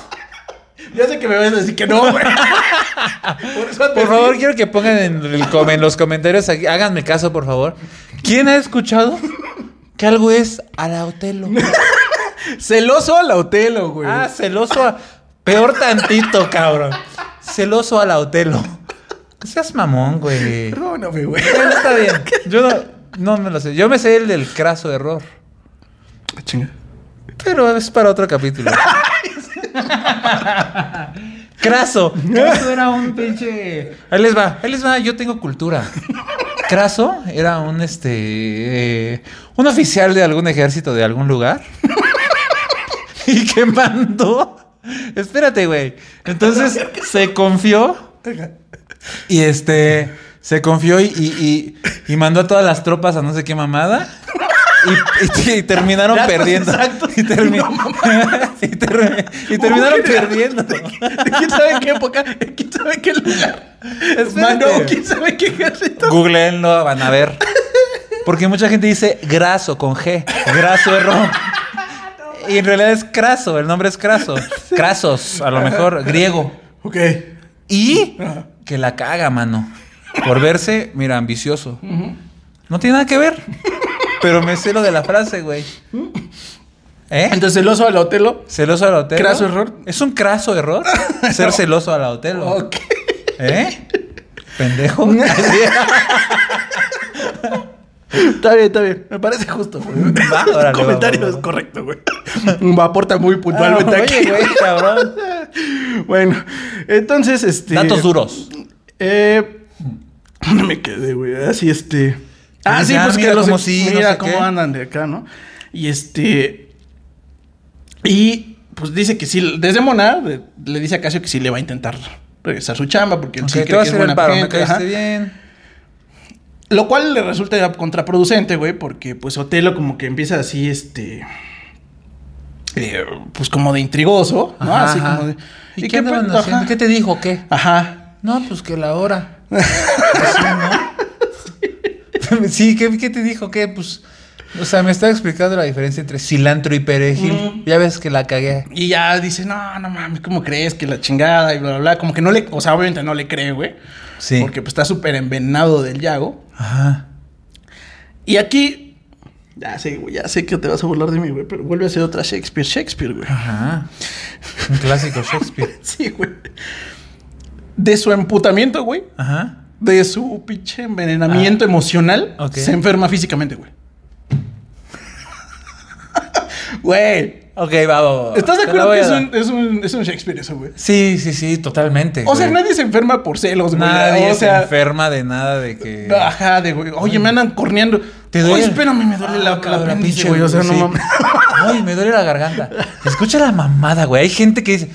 A: Ya sé que me vas a decir que no, güey. Por, eso
B: Por favor, quiero que pongan en, el com- en los comentarios aquí. Háganme caso, por favor. ¿Quién ha escuchado que algo es a la Otelo?
A: Celoso a la Otelo, güey.
B: Ah, celoso a... Peor tantito, cabrón. Celoso a la Otelo. No seas mamón, güey. Bueno,
A: Perdóname, güey.
B: está bien. Yo no, no me lo sé. Yo me sé el del craso error.
A: Ah, Chinga.
B: Pero es para otro capítulo. Craso. Craso era un pinche. Ahí les va, ahí les va, yo tengo cultura. Craso era un este. eh, un oficial de algún ejército de algún lugar. y que mandó. Espérate, güey. Entonces se confió. Y este. Se confió y, y- y- y mandó a todas las tropas a no sé qué mamada. Y, y- y terminaron
A: Ya,
B: perdiendo.
A: exacto.
B: Y, termi-
A: No,
B: y termi- y terminaron
A: Uy,
B: perdiendo.
A: ¿De quién sabe en qué época? ¿De quién sabe en qué lugar?
B: Espérate.
A: Mano, ¿quién sabe en qué ejército?
B: Googleenlo, van a ver. Porque mucha gente dice graso con G. Graso error. Y en realidad es craso, el nombre es craso. Crasos, a lo mejor, griego.
A: Ok.
B: Y que la caga, mano. Por verse, mira, ambicioso. No tiene nada que ver. Pero me sé lo de la frase, güey. ¿Eh?
A: Entonces, celoso a la Otelo.
B: ¿Celoso al hotel?
A: ¿Craso error?
B: ¿Es un craso error? Ser celoso al hotel.
A: Ok.
B: ¿Eh? Pendejo.
A: Está bien, está bien. Me parece justo, güey.
B: Va, órale, va,
A: El comentario
B: va, va,
A: es
B: va.
A: correcto, güey. Me aporta muy puntualmente
B: Ah, oye,
A: aquí.
B: güey, cabrón.
A: Bueno, entonces, este.
B: Datos duros.
A: Eh, no me quedé, güey. Así este. Ah,
B: Ah,
A: sí,
B: ya,
A: pues
B: mira
A: que los
B: cómo sí, no
A: mira
B: sé
A: cómo
B: qué.
A: andan de acá, ¿no? Y este. Y pues dice que sí, desde Mona de- le dice a Casio que sí le va a intentar regresar su chamba porque él
B: Ok,
A: sí cree
B: te vas
A: que
B: a
A: es
B: ir al
A: buena
B: paro, me
A: gente, ajá.
B: caíste bien.
A: Lo cual le resulta ya contraproducente, güey, porque pues Otelo como que empieza así, este... eh, pues como de intrigoso, ¿no?
B: Ajá,
A: así
B: ajá.
A: como de...
B: ¿Y, qué,
A: qué
B: andaban
A: pedo?
B: haciendo?
A: Ajá.
B: ¿Qué te dijo? ¿Qué?
A: Ajá.
B: No, pues que la hora. Así, ¿no? sí, ¿qué, qué te dijo? ¿Qué? Pues, o sea, me estaba explicando la diferencia entre cilantro y perejil.
A: Mm.
B: Ya ves que la cagué.
A: Y ya dice, no, no mames, ¿cómo crees que la chingada? Y bla, bla, bla. Como que no le... O sea, obviamente no le cree, güey.
B: Sí.
A: Porque pues está súper envenenado del Yago.
B: Ajá.
A: Y aquí... Ya sé, güey, ya sé que te vas a burlar de mí, güey, pero vuelve a ser otra Shakespeare, Shakespeare, güey.
B: Ajá. Un clásico Shakespeare.
A: Sí, güey. De su emputamiento, güey.
B: Ajá.
A: de su pinche envenenamiento emocional,
B: Ah, ok.
A: se enferma físicamente, güey. Güey,
B: Ok, va, va, va, va.
A: ¿estás de
B: Te la
A: acuerdo
B: voy
A: que
B: a
A: es
B: dar.
A: un, es, un, es un Shakespeare eso, güey?
B: Sí, sí, sí, totalmente.
A: O sea,
B: güey.
A: nadie se enferma por celos, güey.
B: Nadie
A: o sea,
B: se enferma de nada de que...
A: Ajá, de güey. Oye, me andan corneando.
B: Te duele.
A: Oye, espérame, me duele la,
B: Ah,
A: la,
B: cabrón,
A: pinche, güey. O sea, no
B: sí.
A: mames.
B: Ay, me duele la garganta. Escucha la mamada, güey. Hay gente que dice.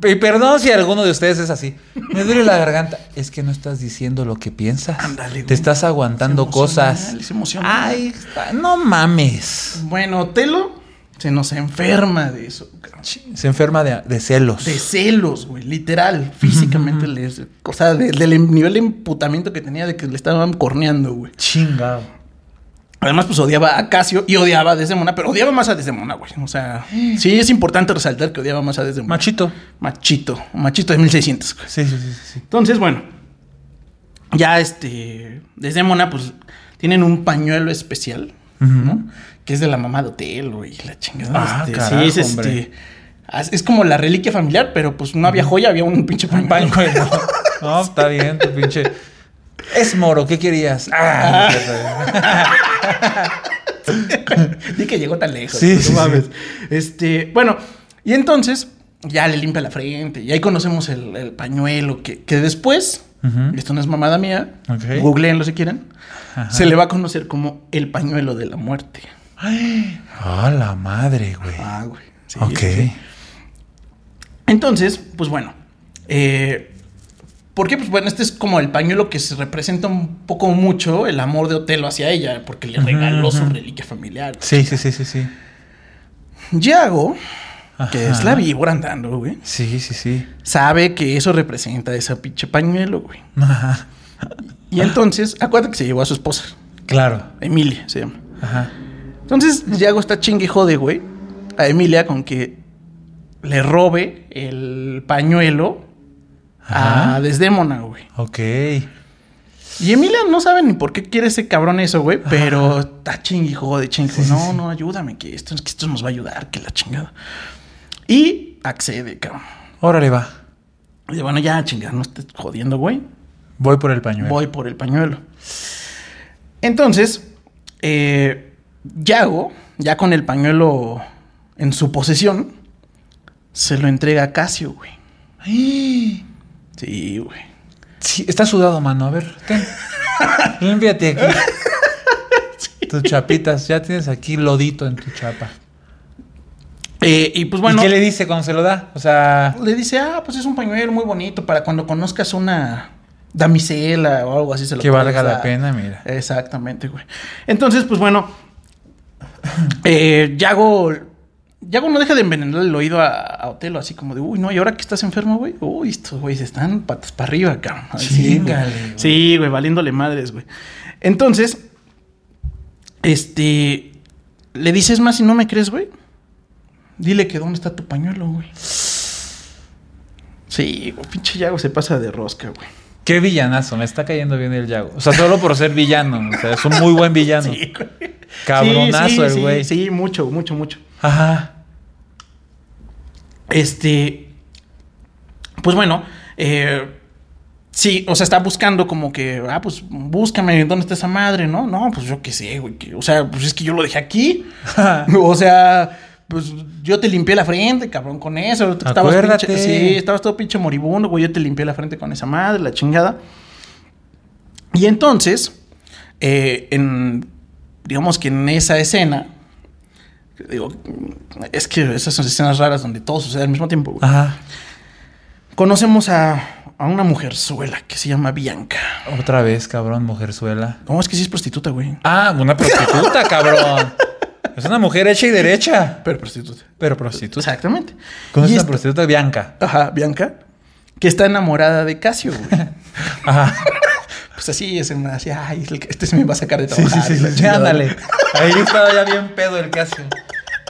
B: "P- Perdón si alguno de ustedes es así. Me duele la garganta. Es que no estás diciendo lo que piensas.
A: Ándale, güey.
B: Te estás aguantando
A: Es emocional,
B: cosas.
A: es emocional.
B: Ay, está- no mames.
A: Bueno, Telo se nos enferma de eso, cabrón.
B: Se enferma de, de celos.
A: De celos, güey, literal, físicamente. les, o sea, de- del nivel de emputamiento que tenía de que le estaban corneando, güey.
B: Chingado.
A: Además, pues odiaba a Casio y odiaba a Desdemona, pero odiaba más a Desdemona, güey. O sea, sí es importante resaltar que odiaba más a Desdemona.
B: Machito.
A: Machito, machito de 1600. güey.
B: Sí, sí, sí. sí.
A: Entonces, bueno, ya este, Desdemona, pues tienen un pañuelo especial,
B: Ujú.
A: que es de la mamá de hotel, güey, y la chingada.
B: Ah,
A: este,
B: carajo,
A: sí, es
B: hombre.
A: este. as- Es como la reliquia familiar, pero pues no había joya, había un pinche
B: Un
A: pañuelo.
B: pañuelo. No, está bien, tu pinche. Es moro, ¿qué querías? Ah, no, está bien.
A: Di que llegó tan lejos.
B: Sí,
A: no
B: sí,
A: mames.
B: sí.
A: Este, bueno, y entonces ya le limpia la frente y ahí conocemos el, el pañuelo que, que después,
B: Ujú.
A: esto no es mamada mía,
B: Ok.
A: googleenlo si quieren,
B: Ajá.
A: se le va a conocer como el pañuelo de la muerte.
B: Ah, la madre, güey.
A: Ah, güey. Sí,
B: ok.
A: sí, sí. Entonces, pues bueno, eh, ¿por qué? Pues bueno, este es como el pañuelo que se representa un poco mucho el amor de Otelo hacia ella, porque le
B: Ujú,
A: regaló su
B: ujú.
A: reliquia familiar.
B: Sí, sí, sí, sí, sí.
A: Yago, que
B: Ajá.
A: es la víbora andando, güey.
B: Sí, sí, sí.
A: sabe que eso representa ese pinche pañuelo, güey.
B: Ajá.
A: Y entonces, acuérdate que se llevó a su esposa,
B: Claro.
A: Emilia se llama.
B: Ajá.
A: Entonces, Yago está chingue y jode, güey, a Emilia con que le robe el pañuelo a
B: Ajá.
A: Desdémona, güey.
B: Ok.
A: Y Emilia no sabe ni por qué quiere ese cabrón eso, güey, pero está chingue y jode, chingue.
B: Sí, sí,
A: no,
B: sí.
A: no, ayúdame, que esto, que esto nos va a ayudar, que la chingada. Y accede, cabrón.
B: Órale, va.
A: Dice, bueno, ya, chingada, no estés jodiendo, güey.
B: Voy por el pañuelo.
A: Voy por el pañuelo. Entonces, eh, Yago, ya con el pañuelo en su posesión, se lo entrega a Casio, güey.
B: Ay.
A: Sí, güey.
B: Sí, está sudado, mano. A ver, ten. Límpiate aquí. Tus chapitas. Ya tienes aquí lodito en tu chapa.
A: Eh, y pues bueno,
B: ¿Y qué le
A: le...
B: dice cuando se lo da? O sea...
A: dice, ah, pues es un pañuelo muy bonito para cuando conozcas una damisela o algo así se lo
B: Que
A: puedes
B: valga la
A: dar".
B: pena, mira.
A: Exactamente, güey. Entonces, pues bueno, eh, Yago, Yago no deja de envenenar el oído a, a Otelo, así como de, uy, no, y ahora que estás enfermo, güey, uy, estos güeyes están patas para arriba, cabrón. Ay, sí, güey.
B: Chíngale, güey.
A: Sí, güey, valiéndole madres, güey. Entonces, este, le dices más si no me crees, güey. Dile que dónde está tu pañuelo, güey. Sí, güey, pinche Yago se pasa de rosca, güey.
B: Qué villanazo. Me está cayendo bien el Yago. O sea, solo por ser villano. O sea, es un muy buen villano.
A: Sí, güey.
B: Cabronazo
A: Sí, sí,
B: el
A: sí,
B: güey.
A: Sí, mucho, mucho, mucho.
B: Ajá.
A: Este. Pues bueno. eh, sí, o sea, está buscando como que. Ah, pues búscame, ¿dónde está esa madre? No, no, pues yo qué sé, güey. que- o sea, pues es que yo lo dejé aquí. o sea. Pues yo te limpié la frente, cabrón, con eso. Tú estabas
B: Acuérdate.
A: pinche- sí, estabas todo pinche moribundo, güey. Yo te limpié la frente con esa madre, la chingada. Y entonces, eh, en, digamos que en esa escena, Digo, es que esas son escenas raras donde todo sucede al mismo tiempo. güey.
B: Ajá.
A: Conocemos a, a una mujerzuela que se llama Bianca.
B: Otra vez, cabrón, mujerzuela.
A: No, es que sí es prostituta, güey.
B: Ah, una prostituta, cabrón. Es una mujer hecha y derecha.
A: Pero prostituta.
B: Pero prostituta.
A: Exactamente.
B: ¿Cómo es
A: Y
B: una
A: esta-
B: prostituta Bianca?
A: Ajá, Bianca, que está enamorada de Casio, güey.
B: Ajá.
A: pues así es una así, ay, el que- este se me va a sacar de
B: Sí,
A: trabajar.
B: sí, sí.
A: y la
B: sí,
A: chingada.
B: ándale. Ahí yo estaba ya bien pedo el Casio.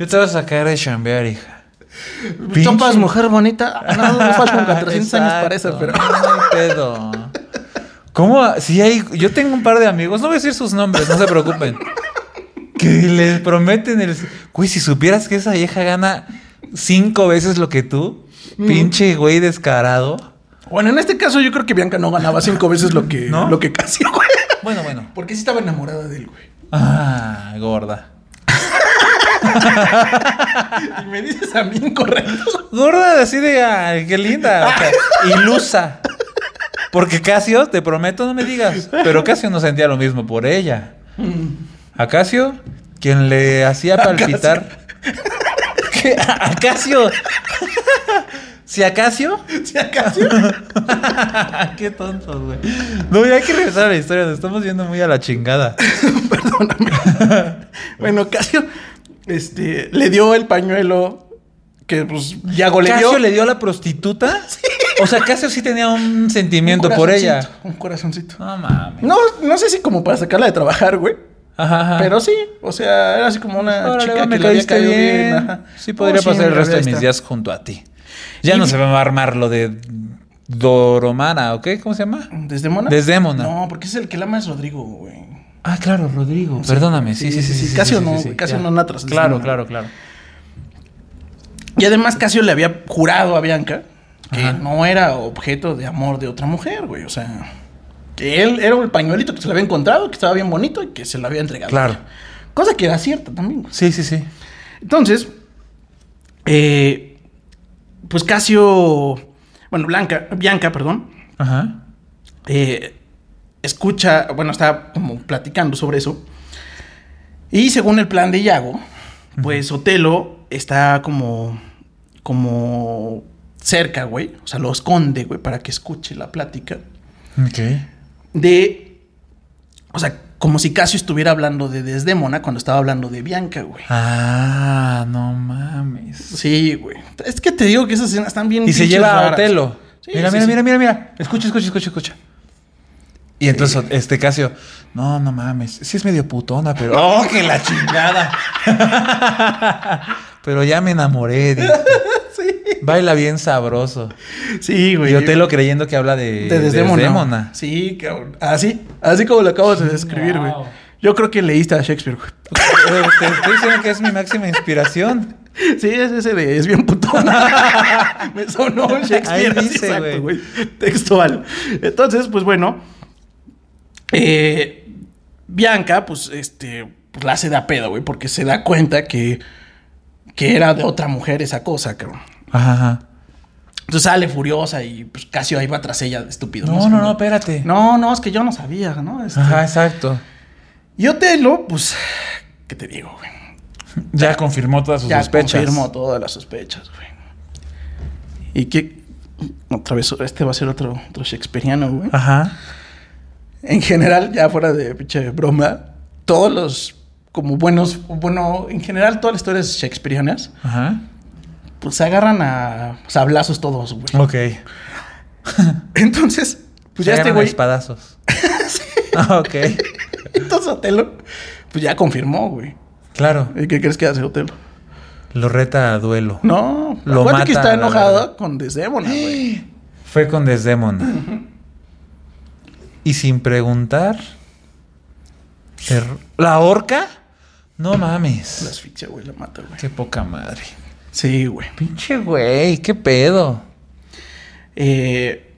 B: Yo te voy a sacar de chambear, hija.
A: Topas mujer bonita. Ah, No, no, faltan 400
B: Exacto.
A: años para eso, pero.
B: No, no hay pedo. ¿Cómo? Si hay. Yo tengo un par de amigos, no voy a decir sus nombres, no se preocupen. Que les prometen el. Güey, si supieras que esa vieja gana cinco veces lo que tú,
A: Mm.
B: pinche güey descarado.
A: Bueno, en este caso yo creo que Bianca no ganaba cinco veces lo que,
B: ¿No?
A: lo que Casio, güey.
B: Bueno, bueno.
A: Porque sí estaba enamorada de él, güey.
B: Ah, gorda.
A: Y me dices a mí incorrecto.
B: Gorda, así de, ay, qué linda. o sea, ilusa. Porque Casio, te prometo, no me digas. Pero Casio no sentía lo mismo por ella. A Casio, quien le hacía palpitar. ¿Qué? A a Casio. Si a Casio.
A: ¿Sí, a Casio?
B: Ah, qué tontos, güey. No, ya hay que regresar a la historia. Nos estamos yendo muy a la chingada.
A: Perdóname. bueno, Casio este, le dio el pañuelo que pues Yago le
B: ¿Casio
A: dio.
B: le dio a la prostituta? O sea, Casio sí tenía un
A: Un
B: sentimiento por
A: corazoncito,
B: ella.
A: Un corazoncito.
B: No mames.
A: No, no sé si como para sacarla de trabajar, güey.
B: Ajá, ajá.
A: Pero sí, o sea, era así como una
B: Ah. Órale,
A: chica
B: va, me
A: que le había
B: caíste
A: caído bien.
B: bien.
A: ajá.
B: Sí, podría
A: Oh,
B: pasar el
A: mira,
B: resto de
A: ahí
B: mis
A: está.
B: días junto a ti. Ya
A: Y
B: no
A: vi-
B: se va a armar lo de Doromana, ¿ok? ¿Cómo se llama?
A: ¿Desdémona?
B: Desdémona.
A: No, porque es el que la ama es Rodrigo, güey.
B: Ah, claro, Rodrigo. Perdóname, sí, sí, sí. sí, sí
A: Casio
B: sí,
A: no,
B: sí,
A: güey,
B: sí,
A: Casio
B: ya.
A: no nada tras
B: Claro,
A: Desdémona.
B: claro, claro.
A: Y además Casio le había jurado a Bianca que
B: Ajá.
A: no era objeto de amor de otra mujer, güey. O sea, que él era el pañuelito que se le había encontrado, que estaba bien bonito y que se lo había entregado.
B: Claro.
A: Cosa que era cierta también, güey.
B: Sí, sí, sí.
A: Entonces, eh, pues Casio, bueno, Blanca, Bianca, perdón,
B: Ajá.
A: eh, escucha, bueno, está como platicando sobre eso. Y según el plan de Iago, pues Otelo está como, como cerca, güey. O sea, lo esconde, güey, para que escuche la plática
B: Ok.
A: de, o sea, como si Casio estuviera hablando de Desdémona cuando estaba hablando de Bianca, güey.
B: Ah, no mames.
A: Sí, güey. Es que te digo que esas escenas están bien.
B: Y se
A: pinches
B: lleva a
A: raras.
B: Otelo.
A: Sí,
B: mira,
A: sí,
B: mira,
A: sí.
B: mira, mira, mira. Escucha, escucha, escucha, escucha. Y entonces este Casio, no, no mames, sí es medio putona, pero oh, que la chingada. pero ya me enamoré, dice. Baila bien sabroso.
A: Sí, güey.
B: Y Otelo creyendo que habla de,
A: Te
B: de
A: desdémona.
B: Desdémona.
A: Sí, cabrón. Así, así como lo acabas de describir, güey.
B: Wow.
A: Yo creo que leíste a Shakespeare, güey.
B: Te te estoy diciendo que es mi máxima inspiración.
A: Sí, es ese de es bien putona. Me sonó un Shakespeare.
B: Ahí
A: así,
B: dice,
A: exacto,
B: güey.
A: güey. Textual. Entonces, pues bueno. eh, Bianca, pues, este, pues, la hace de a pedo, güey, porque se da cuenta que, que era de otra mujer esa cosa, cabrón.
B: Ajá, ajá.
A: Entonces sale furiosa y pues Casio ahí va tras ella, de estúpido.
B: No,
A: Así
B: no,
A: como,
B: no, espérate.
A: No, no, es que yo no sabía, ¿no? Este,
B: Ajá, exacto.
A: Y Otelo, pues, ¿qué te digo, güey?
B: Ya confirmó todas sus
A: ya
B: sospechas.
A: confirmó todas las sospechas, güey. Y que, otra vez, este va a ser otro, otro shakespeariano, güey.
B: Ajá.
A: En general, ya fuera de pinche broma, todos los, como buenos, bueno, en general todas las historias shakespearianas,
B: Ajá.
A: pues se agarran a sablazos todos, güey.
B: Ok.
A: Entonces, pues ya
B: Se
A: este
B: agarran a
A: güey...
B: espadazos. Ah, ok.
A: Entonces Otelo, pues ya confirmó, güey.
B: Claro.
A: ¿Y qué crees que hace Otelo?
B: Lo reta a duelo.
A: No,
B: Lo
A: lo
B: mata,
A: que está
B: la verdad.
A: enojada con Desdémona, güey.
B: Fue con Desdémona. Y sin preguntar. er- ¿La horca? No
A: La
B: mames.
A: asfixia, güey, la mata, güey.
B: Qué poca madre.
A: Sí, güey.
B: Pinche güey, qué pedo.
A: Eh,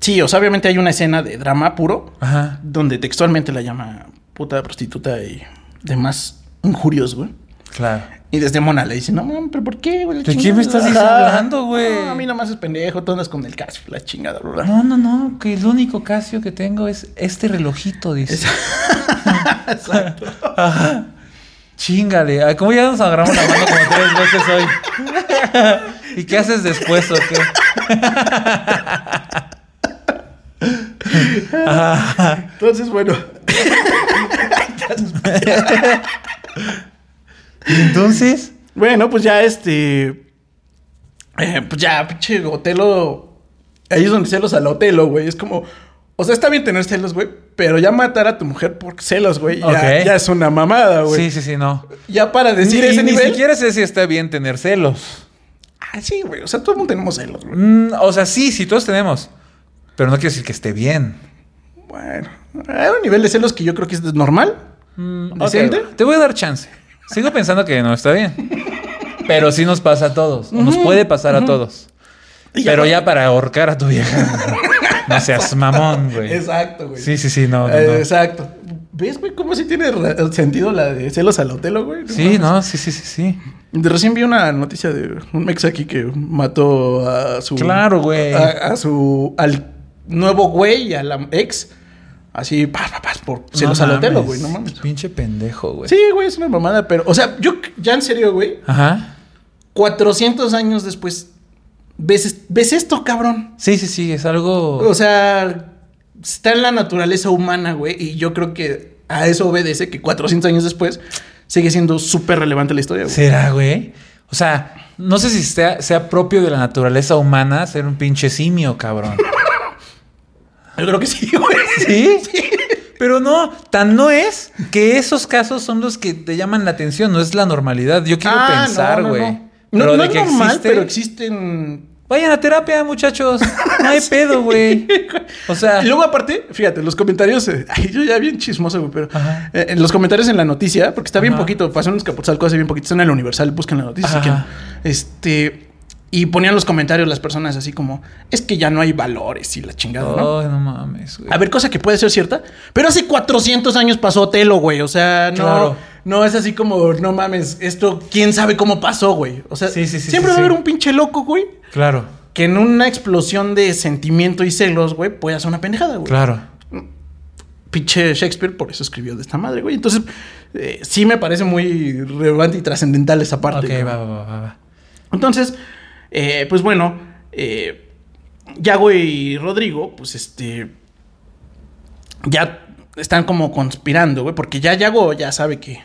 A: sí, o sea, obviamente hay una escena de drama puro
B: Ajá.
A: donde textualmente la llama puta prostituta y demás injurios, güey.
B: Claro.
A: Y Desdémona le dice, no, mam, pero ¿por qué, güey? La
B: ¿De
A: chingada,
B: qué me estás
A: ajá.
B: hablando, güey?
A: No, a mí nomás es pendejo, tú andas con el caso, la chingada, bla, bla.
B: No, no, no. Que el único Casio que tengo es este relojito, dice.
A: Exacto.
B: Chingale. Ay, ¿Cómo ya nos agarramos la mano como tres veces hoy? ¿Y qué haces después o qué?
A: Entonces, bueno,
B: ¿Y entonces?
A: bueno, pues ya este. eh, pues ya, pinche Otelo. Ahí es donde celos al Otelo, güey. Es como. O sea, está bien tener celos, güey. Pero ya matar a tu mujer por celos, güey. Ya,
B: Ok.
A: ya es una mamada, Ah, güey.
B: Sí, sí, sí, no.
A: Ya para decir
B: ni,
A: ese
B: ni
A: nivel.
B: siquiera sé si está bien tener celos.
A: Ah, sí, güey. O sea, todo el mundo tenemos celos, güey.
B: Mm, o sea, sí, sí, todos tenemos. Pero no quiere decir que esté bien.
A: Bueno, hay un nivel de celos que yo creo que es normal.
B: Mm,
A: ¿Decente?
B: ok, Te voy a dar chance. Sigo pensando que no está bien. Pero sí nos pasa a todos. o Nos puede pasar a todos.
A: Y
B: Pero
A: para-
B: ya para ahorcar a tu vieja. No seas mamón, güey.
A: Exacto, güey.
B: Sí, sí, sí, no, no,
A: Eh,
B: no.
A: Exacto. ¿Ves, güey? ¿Cómo sí tiene ra- sentido la de celos al Otelo, güey? No
B: Sí,
A: mames.
B: no, sí, sí, sí, sí.
A: De Recién vi una noticia de un mex aquí que mató a su.
B: Claro, güey.
A: A, a su. Al nuevo güey, y a la ex. Así, pa, pa, pa, por celos al Otelo, güey. No mames.
B: Pinche pendejo, güey.
A: Sí, güey, es una mamada, pero. O sea, yo, ya en serio, güey.
B: Ajá.
A: 400 años después. ¿Ves, es- ves esto, cabrón?
B: Sí, sí, sí, es algo.
A: O sea, está en la naturaleza humana, güey. Y yo creo que a eso obedece que 400 años después sigue siendo súper relevante la historia, güey.
B: ¿Será, güey? O sea, no sé si sea, sea propio de la naturaleza humana ser un pinche simio, cabrón.
A: Yo creo que sí, güey.
B: ¿Sí? Pero no, tan no es que esos casos son los que te llaman la atención, no es la normalidad. Yo quiero
A: Ah, no,
B: pensar,
A: no,
B: güey.
A: No, no,
B: Pero
A: no
B: de
A: es
B: que
A: normal,
B: existe-
A: pero existen.
B: Vayan a terapia, muchachos. No hay pedo, güey. O sea,
A: Y luego, aparte, fíjate, los comentarios. eh, ay, yo ya bien chismoso, güey, pero.
B: Ajá.
A: eh, en los comentarios en la noticia, porque está bien
B: Ajá.
A: poquito, pasó en Escapotzalco hace bien poquito, está en el Universal, buscan la noticia. si
B: Ajá.
A: quieren. este. Y ponían los comentarios las personas así como: Es que ya no hay valores y la chingada, ¿no?
B: ay, no mames, güey.
A: A ver, cosa que puede ser cierta, pero hace 400 años pasó Otelo, güey. O sea, no,
B: Claro.
A: no es así como, no mames, esto, quién sabe cómo pasó, güey. O sea,
B: Sí, sí, sí,
A: siempre
B: sí,
A: va a
B: sí.
A: haber un pinche loco, güey,
B: Claro,
A: que en una explosión de sentimiento y celos, güey, puede hacer una pendejada, güey.
B: claro.
A: Pinche Shakespeare por eso escribió de esta madre, güey. Entonces, eh, sí me parece muy relevante y trascendental esa parte.
B: Ok,
A: güey.
B: va, va, va, va, va.
A: Entonces, eh, pues bueno, eh, Yago y Rodrigo, pues este, ya están como conspirando, güey, porque ya Yago ya sabe que,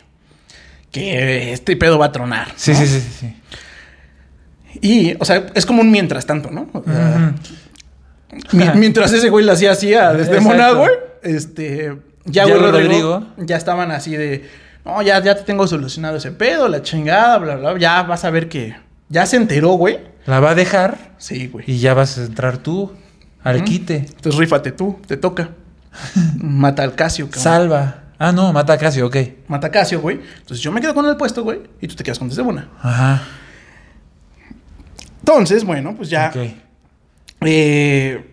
A: que este pedo va a tronar.
B: Sí, sí, sí, sí, sí.
A: Y, o sea, es como un mientras tanto, ¿no? O sea,
B: Ujú.
A: mi- mientras ese güey la hacía así a desdemonada,
B: Exacto.
A: güey, este, Yago y
B: Yago y
A: Rodrigo,
B: Rodrigo.
A: ya estaban así de, no, ya, ya te tengo solucionado ese pedo, la chingada, bla, bla, ya vas a ver que, ya se enteró, güey.
B: La va a dejar
A: Sí, güey.
B: y ya vas a entrar tú al quite.
A: Entonces rífate tú, te toca. Mata al Casio, cabrón.
B: Salva. Ah, no, mata a Casio, ok.
A: Mata a Casio, güey. Entonces yo me quedo con el puesto, güey. Y tú te quedas con Desdemona.
B: Ajá.
A: Entonces, bueno, pues ya.
B: Ok.
A: Eh,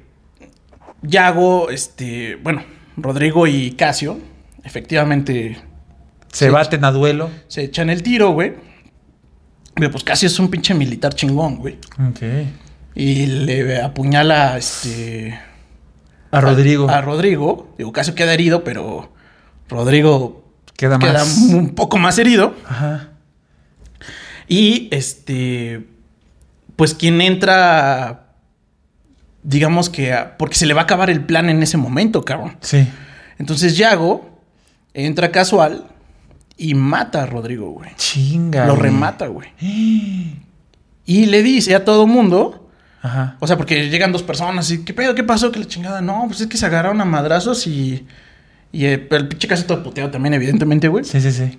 A: Yago, este. Bueno, Rodrigo y Casio. Efectivamente
B: Se
A: Sí.
B: baten a duelo.
A: se echan el tiro, güey. Pero pues Casio es un pinche militar chingón, güey.
B: Ok.
A: Y le apuñala este.
B: A Rodrigo.
A: A, Rodrigo. Digo, Casio queda herido, pero Rodrigo
B: queda más.
A: queda un poco más herido.
B: Ajá.
A: Y este, pues quien entra, digamos que, a- porque se le va a acabar el plan en ese momento, cabrón.
B: Sí.
A: Entonces Yago entra casual y mata a Rodrigo, güey.
B: Chinga.
A: Lo
B: güey.
A: remata, güey. Y le dice a todo mundo,
B: Ajá.
A: o sea, porque llegan dos personas y, ¿qué pedo? ¿Qué pasó? Que la chingada. No, pues es que se agarraron a madrazos y... Y eh, pero el pinche caso todo puteado también, evidentemente, güey.
B: Sí, sí, sí.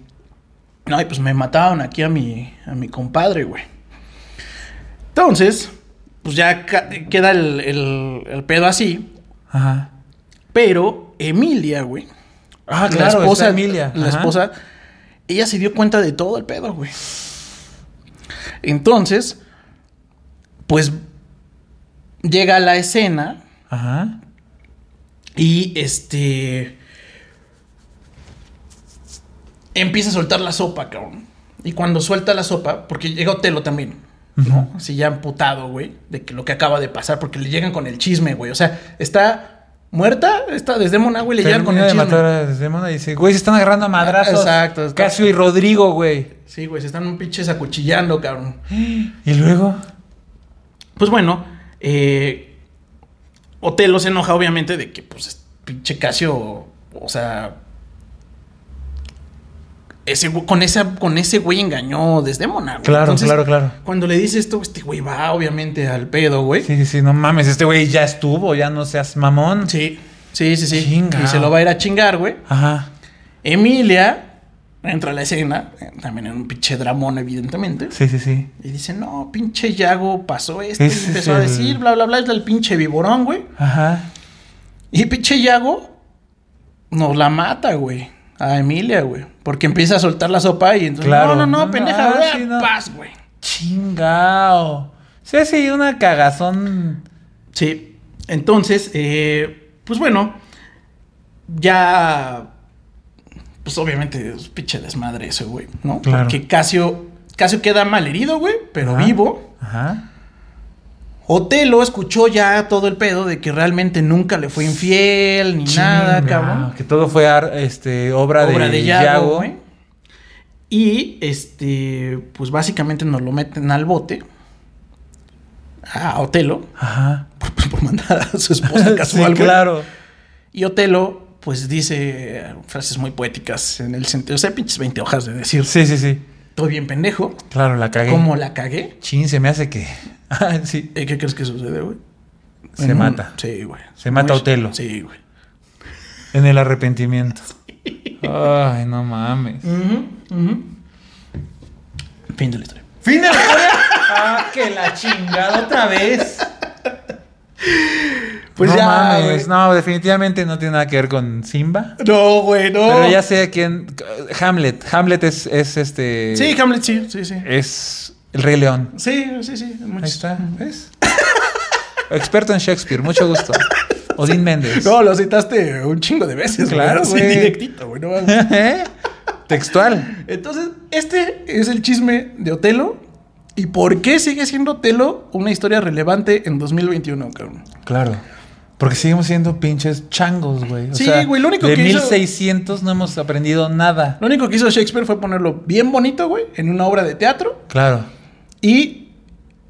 A: No, y pues me mataron aquí a mi, a mi compadre, güey. Entonces, pues ya ca- queda el, el- el pedo así.
B: Ajá.
A: Pero Emilia, güey.
B: Ah, claro,
A: la
B: la
A: esposa,
B: Emilia.
A: La
B: Ajá.
A: esposa, ella se dio cuenta de todo el pedo, güey. Entonces, pues llega a la escena
B: Ajá.
A: y este. Empieza a soltar la sopa, cabrón. Y cuando suelta la sopa, porque llega Otelo también.
B: No.
A: Así ya amputado, güey, de que lo que acaba de pasar, porque le llegan con el chisme, güey. O sea, está muerta, esta Desdemona, güey, le llega
B: Termina
A: con el
B: de
A: chisme. Ah,
B: matar a Desdemona y dice, güey, se están agarrando a madrazos.
A: Exacto, está-
B: Casio y Rodrigo, güey.
A: Sí, güey, se están pinches acuchillando, cabrón.
B: Y luego,
A: Pues bueno, eh, Otelo se enoja obviamente de que, pues, es- pinche Casio, o sea, ese, güey- con, esa, con ese güey engañó Desdemona, güey.
B: claro,
A: Entonces,
B: claro, claro.
A: Cuando le dice esto, este güey va obviamente al pedo, güey.
B: Sí, sí, sí, no mames, este güey ya estuvo, ya no seas mamón.
A: Sí, sí, sí, sí.
B: Chinga.
A: Y se lo va a ir a chingar, güey.
B: Ajá.
A: Emilia entra a la escena, eh, también en un pinche dramón, evidentemente.
B: Sí, sí, sí.
A: Y dice, no, pinche Yago pasó esto.
B: Ese
A: y
B: es
A: empezó a
B: el-
A: decir, bla, bla, bla, es del pinche viborón, güey.
B: Ajá.
A: Y pinche Yago nos la mata, güey. A Emilia, güey. Porque empieza a soltar la sopa y entonces,
B: Claro.
A: no, no, no,
B: No,
A: pendeja,
B: ah,
A: bla,
B: sí, no.
A: paz, güey.
B: Chingao. Sí, ha sido una cagazón.
A: Sí. Entonces, eh, pues bueno, ya. Pues obviamente es pinche desmadre eso, güey, ¿no?
B: Claro.
A: Porque Casio, Casio queda mal herido, güey, pero
B: Ajá.
A: vivo.
B: Ajá.
A: Otelo escuchó ya todo el pedo de que realmente nunca le fue infiel ni nada,
B: Chingao,
A: cabrón.
B: Que todo fue ar- este, obra,
A: Obra
B: de,
A: de Yago,
B: Yago.
A: güey. Y este, pues básicamente nos lo meten al bote. A Otelo,
B: Ajá.
A: por, por mandar a su esposa casual,
B: sí,
A: güey.
B: claro.
A: Y Otelo, pues dice frases muy poéticas en el sentido, o sea, pinches 20 hojas de decir,
B: Sí, sí, sí.
A: estoy bien pendejo,
B: Claro, la cagué.
A: ¿cómo la cagué?
B: Chin, se me hace que. Ah, sí.
A: ¿Y ¿Qué crees que sucede, güey?
B: Se
A: En un-
B: mata.
A: Sí, güey.
B: Se mata
A: Muy-
B: Otelo.
A: Sí, güey.
B: En el arrepentimiento. Ay, no mames.
A: Ujú, ujú. Fin de la historia.
B: ¡Fin de la historia! ¡Ah, que la chingada otra vez!
A: Pues
B: no
A: ya,
B: mames,
A: güey.
B: no, definitivamente no tiene nada que ver con Simba.
A: No, güey, no.
B: Pero ya sé quién. Hamlet. Hamlet es, es este.
A: Sí, Hamlet, sí, sí, sí.
B: Es el Rey León.
A: Sí, sí, sí.
B: Eh. Ahí
A: muchos-
B: está, ¿ves? Experto en Shakespeare, mucho gusto. Odín Méndez.
A: No, lo citaste un chingo de veces,
B: Claro,
A: claro, güey.
B: güey.
A: Así directito, güey. no mames.
B: ¿Eh? Textual.
A: Entonces, este es el chisme de Otelo. ¿Y por qué sigue siendo Otelo una historia relevante en 2021, cabrón?
B: Claro. Porque seguimos siendo pinches changos, güey. O
A: Sí,
B: sea,
A: güey, lo único
B: de
A: que hizo-
B: 1600 no hemos aprendido nada.
A: Lo único que hizo Shakespeare fue ponerlo bien bonito, güey, en una obra de teatro
B: Claro.
A: y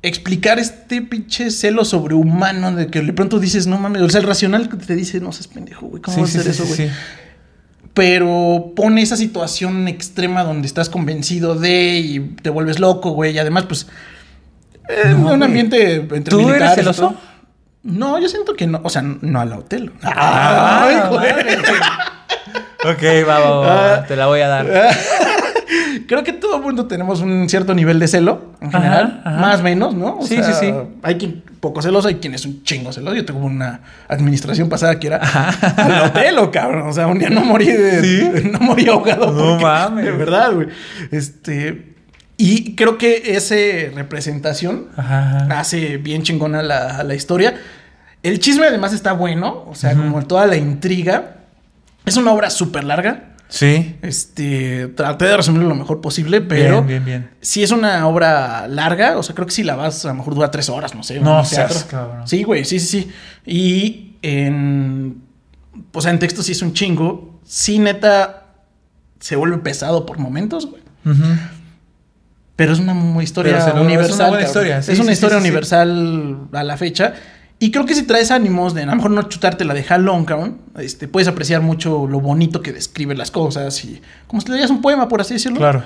A: explicar este pinche celo sobrehumano de que de pronto dices, no mames, o sea, el racional que te dice, no seas pendejo, güey, ¿cómo
B: Sí,
A: vas
B: sí,
A: a hacer
B: sí,
A: eso,
B: sí,
A: güey?
B: sí.
A: Pero pone esa situación extrema donde estás convencido de y te vuelves loco, güey, y además, pues, en
B: No,
A: un
B: güey.
A: ambiente entre
B: ¿Tú eres
A: militares,
B: celoso?
A: todo. No, yo siento que no. O sea, no al hotel.
B: Ah, madre. Ok, va, va, va,
A: Ah.
B: Te la voy a dar.
A: Creo que todo el mundo tenemos un cierto nivel de celo, en general.
B: Ajá, ajá.
A: Más o menos, ¿no? O
B: Sí, sí, sí.
A: Hay quien poco celoso, hay quien es un chingo celoso. Yo tengo una administración pasada que era al hotel, o cabrón. O sea, un día no morí de...
B: ¿Sí?
A: No morí ahogado.
B: No mames.
A: De verdad, güey. Este... Y creo que esa representación
B: Ajá. ajá.
A: hace bien chingona la, la historia. El chisme además está bueno, o sea, como toda la intriga. Es una obra súper larga.
B: Sí.
A: Este, traté de resumirlo lo mejor posible, pero
B: Bien, bien, bien.
A: si es una obra larga, o sea, creo que si la vas, a lo mejor dura tres horas, no sé. en
B: No
A: un
B: seas
A: teatro.
B: cabrón.
A: Sí, güey, sí, sí, sí. Y en, o sea, en texto sí es un chingo. Sí, neta, se vuelve pesado por momentos, güey.
B: Ujú.
A: Pero es una mu- historia
B: Pero se lo-
A: universal.
B: es una buena
A: cabrón.
B: historia, sí,
A: es una
B: sí,
A: historia
B: sí, sí, sí.
A: universal a la fecha. Y creo que si traes ánimos de a lo mejor no chutarte la de Halon, cabrón, este, puedes apreciar mucho lo bonito que describe las cosas y como si leías un poema, por así decirlo.
B: Claro.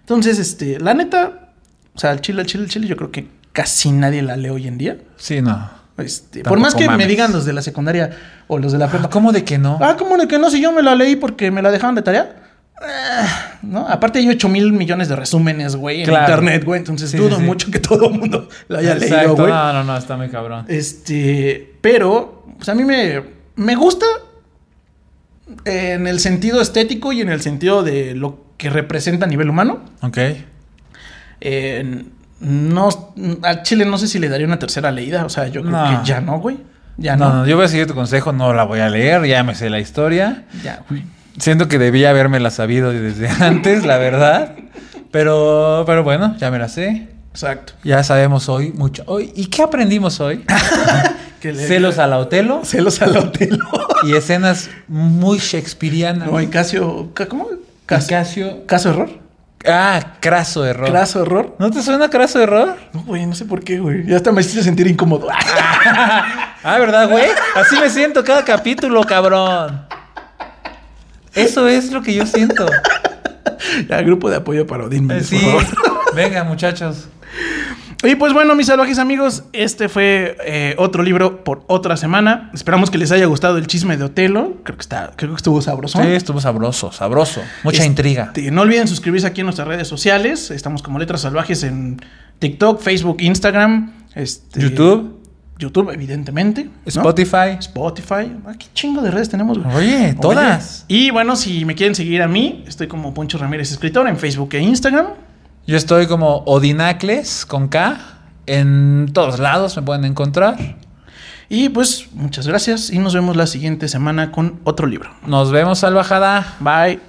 A: Entonces, este, la neta, o sea, el chile, el chile, el chile, yo creo que casi nadie la lee hoy en día.
B: Sí, no.
A: Este, por
B: Tampoco
A: más que me
B: mames.
A: digan los de la secundaria o los de la prepa,
B: ¿Cómo de que no?
A: Ah, ¿cómo de que no? Si yo me la leí porque me la dejaron de tarea. Ah, ¿No? Aparte hay 8 mil millones de resúmenes, güey, en
B: Claro.
A: internet, güey. Entonces
B: Sí,
A: dudo
B: sí, sí.
A: mucho que todo el mundo la haya
B: Exacto, Ah.
A: leído, güey.
B: No, no, no, está muy cabrón.
A: Este, pero, pues a mí me, me gusta en el sentido estético y en el sentido de lo que representa a nivel humano.
B: Ok.
A: Eh, no, al Chile no sé si le daría una tercera leída. O sea, yo creo
B: No.
A: que ya no, güey. Ya
B: no,
A: no.
B: no, yo voy a seguir tu consejo, no la voy a leer, ya me sé la historia.
A: Ya, güey.
B: Siento que debía haberme la sabido desde antes, la verdad. Pero, pero bueno, ya me la sé.
A: Exacto.
B: Ya sabemos hoy mucho. Hoy, ¿Y qué aprendimos hoy?
A: Que le-
B: Celos a la Otelo
A: Celos al hotel.
B: y escenas muy shakespearianas.
A: no, y Casio. ca- ¿Cómo?
B: Cas-
A: Casio. ¿Caso error?
B: Ah, craso error.
A: ¿Craso error?
B: ¿No te suena craso error?
A: No, güey, no sé por qué, güey. Ya hasta me hiciste sentir incómodo.
B: Ah, ¿verdad, güey? Así me siento cada capítulo, cabrón. Eso es lo que yo siento.
A: ya, grupo de apoyo para Odín, Méndez,
B: Sí.
A: por favor.
B: Venga, muchachos.
A: Y pues bueno, mis salvajes amigos, este fue eh, otro libro por otra semana. Esperamos que les haya gustado el chisme de Otelo. Creo que está, creo que estuvo sabroso.
B: Sí, estuvo sabroso, sabroso. Mucha
A: Este,
B: intriga.
A: No olviden suscribirse aquí en nuestras redes sociales. Estamos como Letras Salvajes en TikTok, Facebook, Instagram, este,
B: YouTube,
A: YouTube, evidentemente. ¿no?
B: Spotify.
A: Spotify. Ah, qué chingo de redes tenemos, güey.
B: Oye, todas.
A: Y bueno, si me quieren seguir a mí, estoy como Poncho Ramírez Escritor en Facebook e Instagram.
B: Yo estoy como Odinacles con K. En todos lados me pueden encontrar.
A: Y pues muchas gracias y nos vemos la siguiente semana con otro libro.
B: Nos vemos, salvajada.
A: Bye.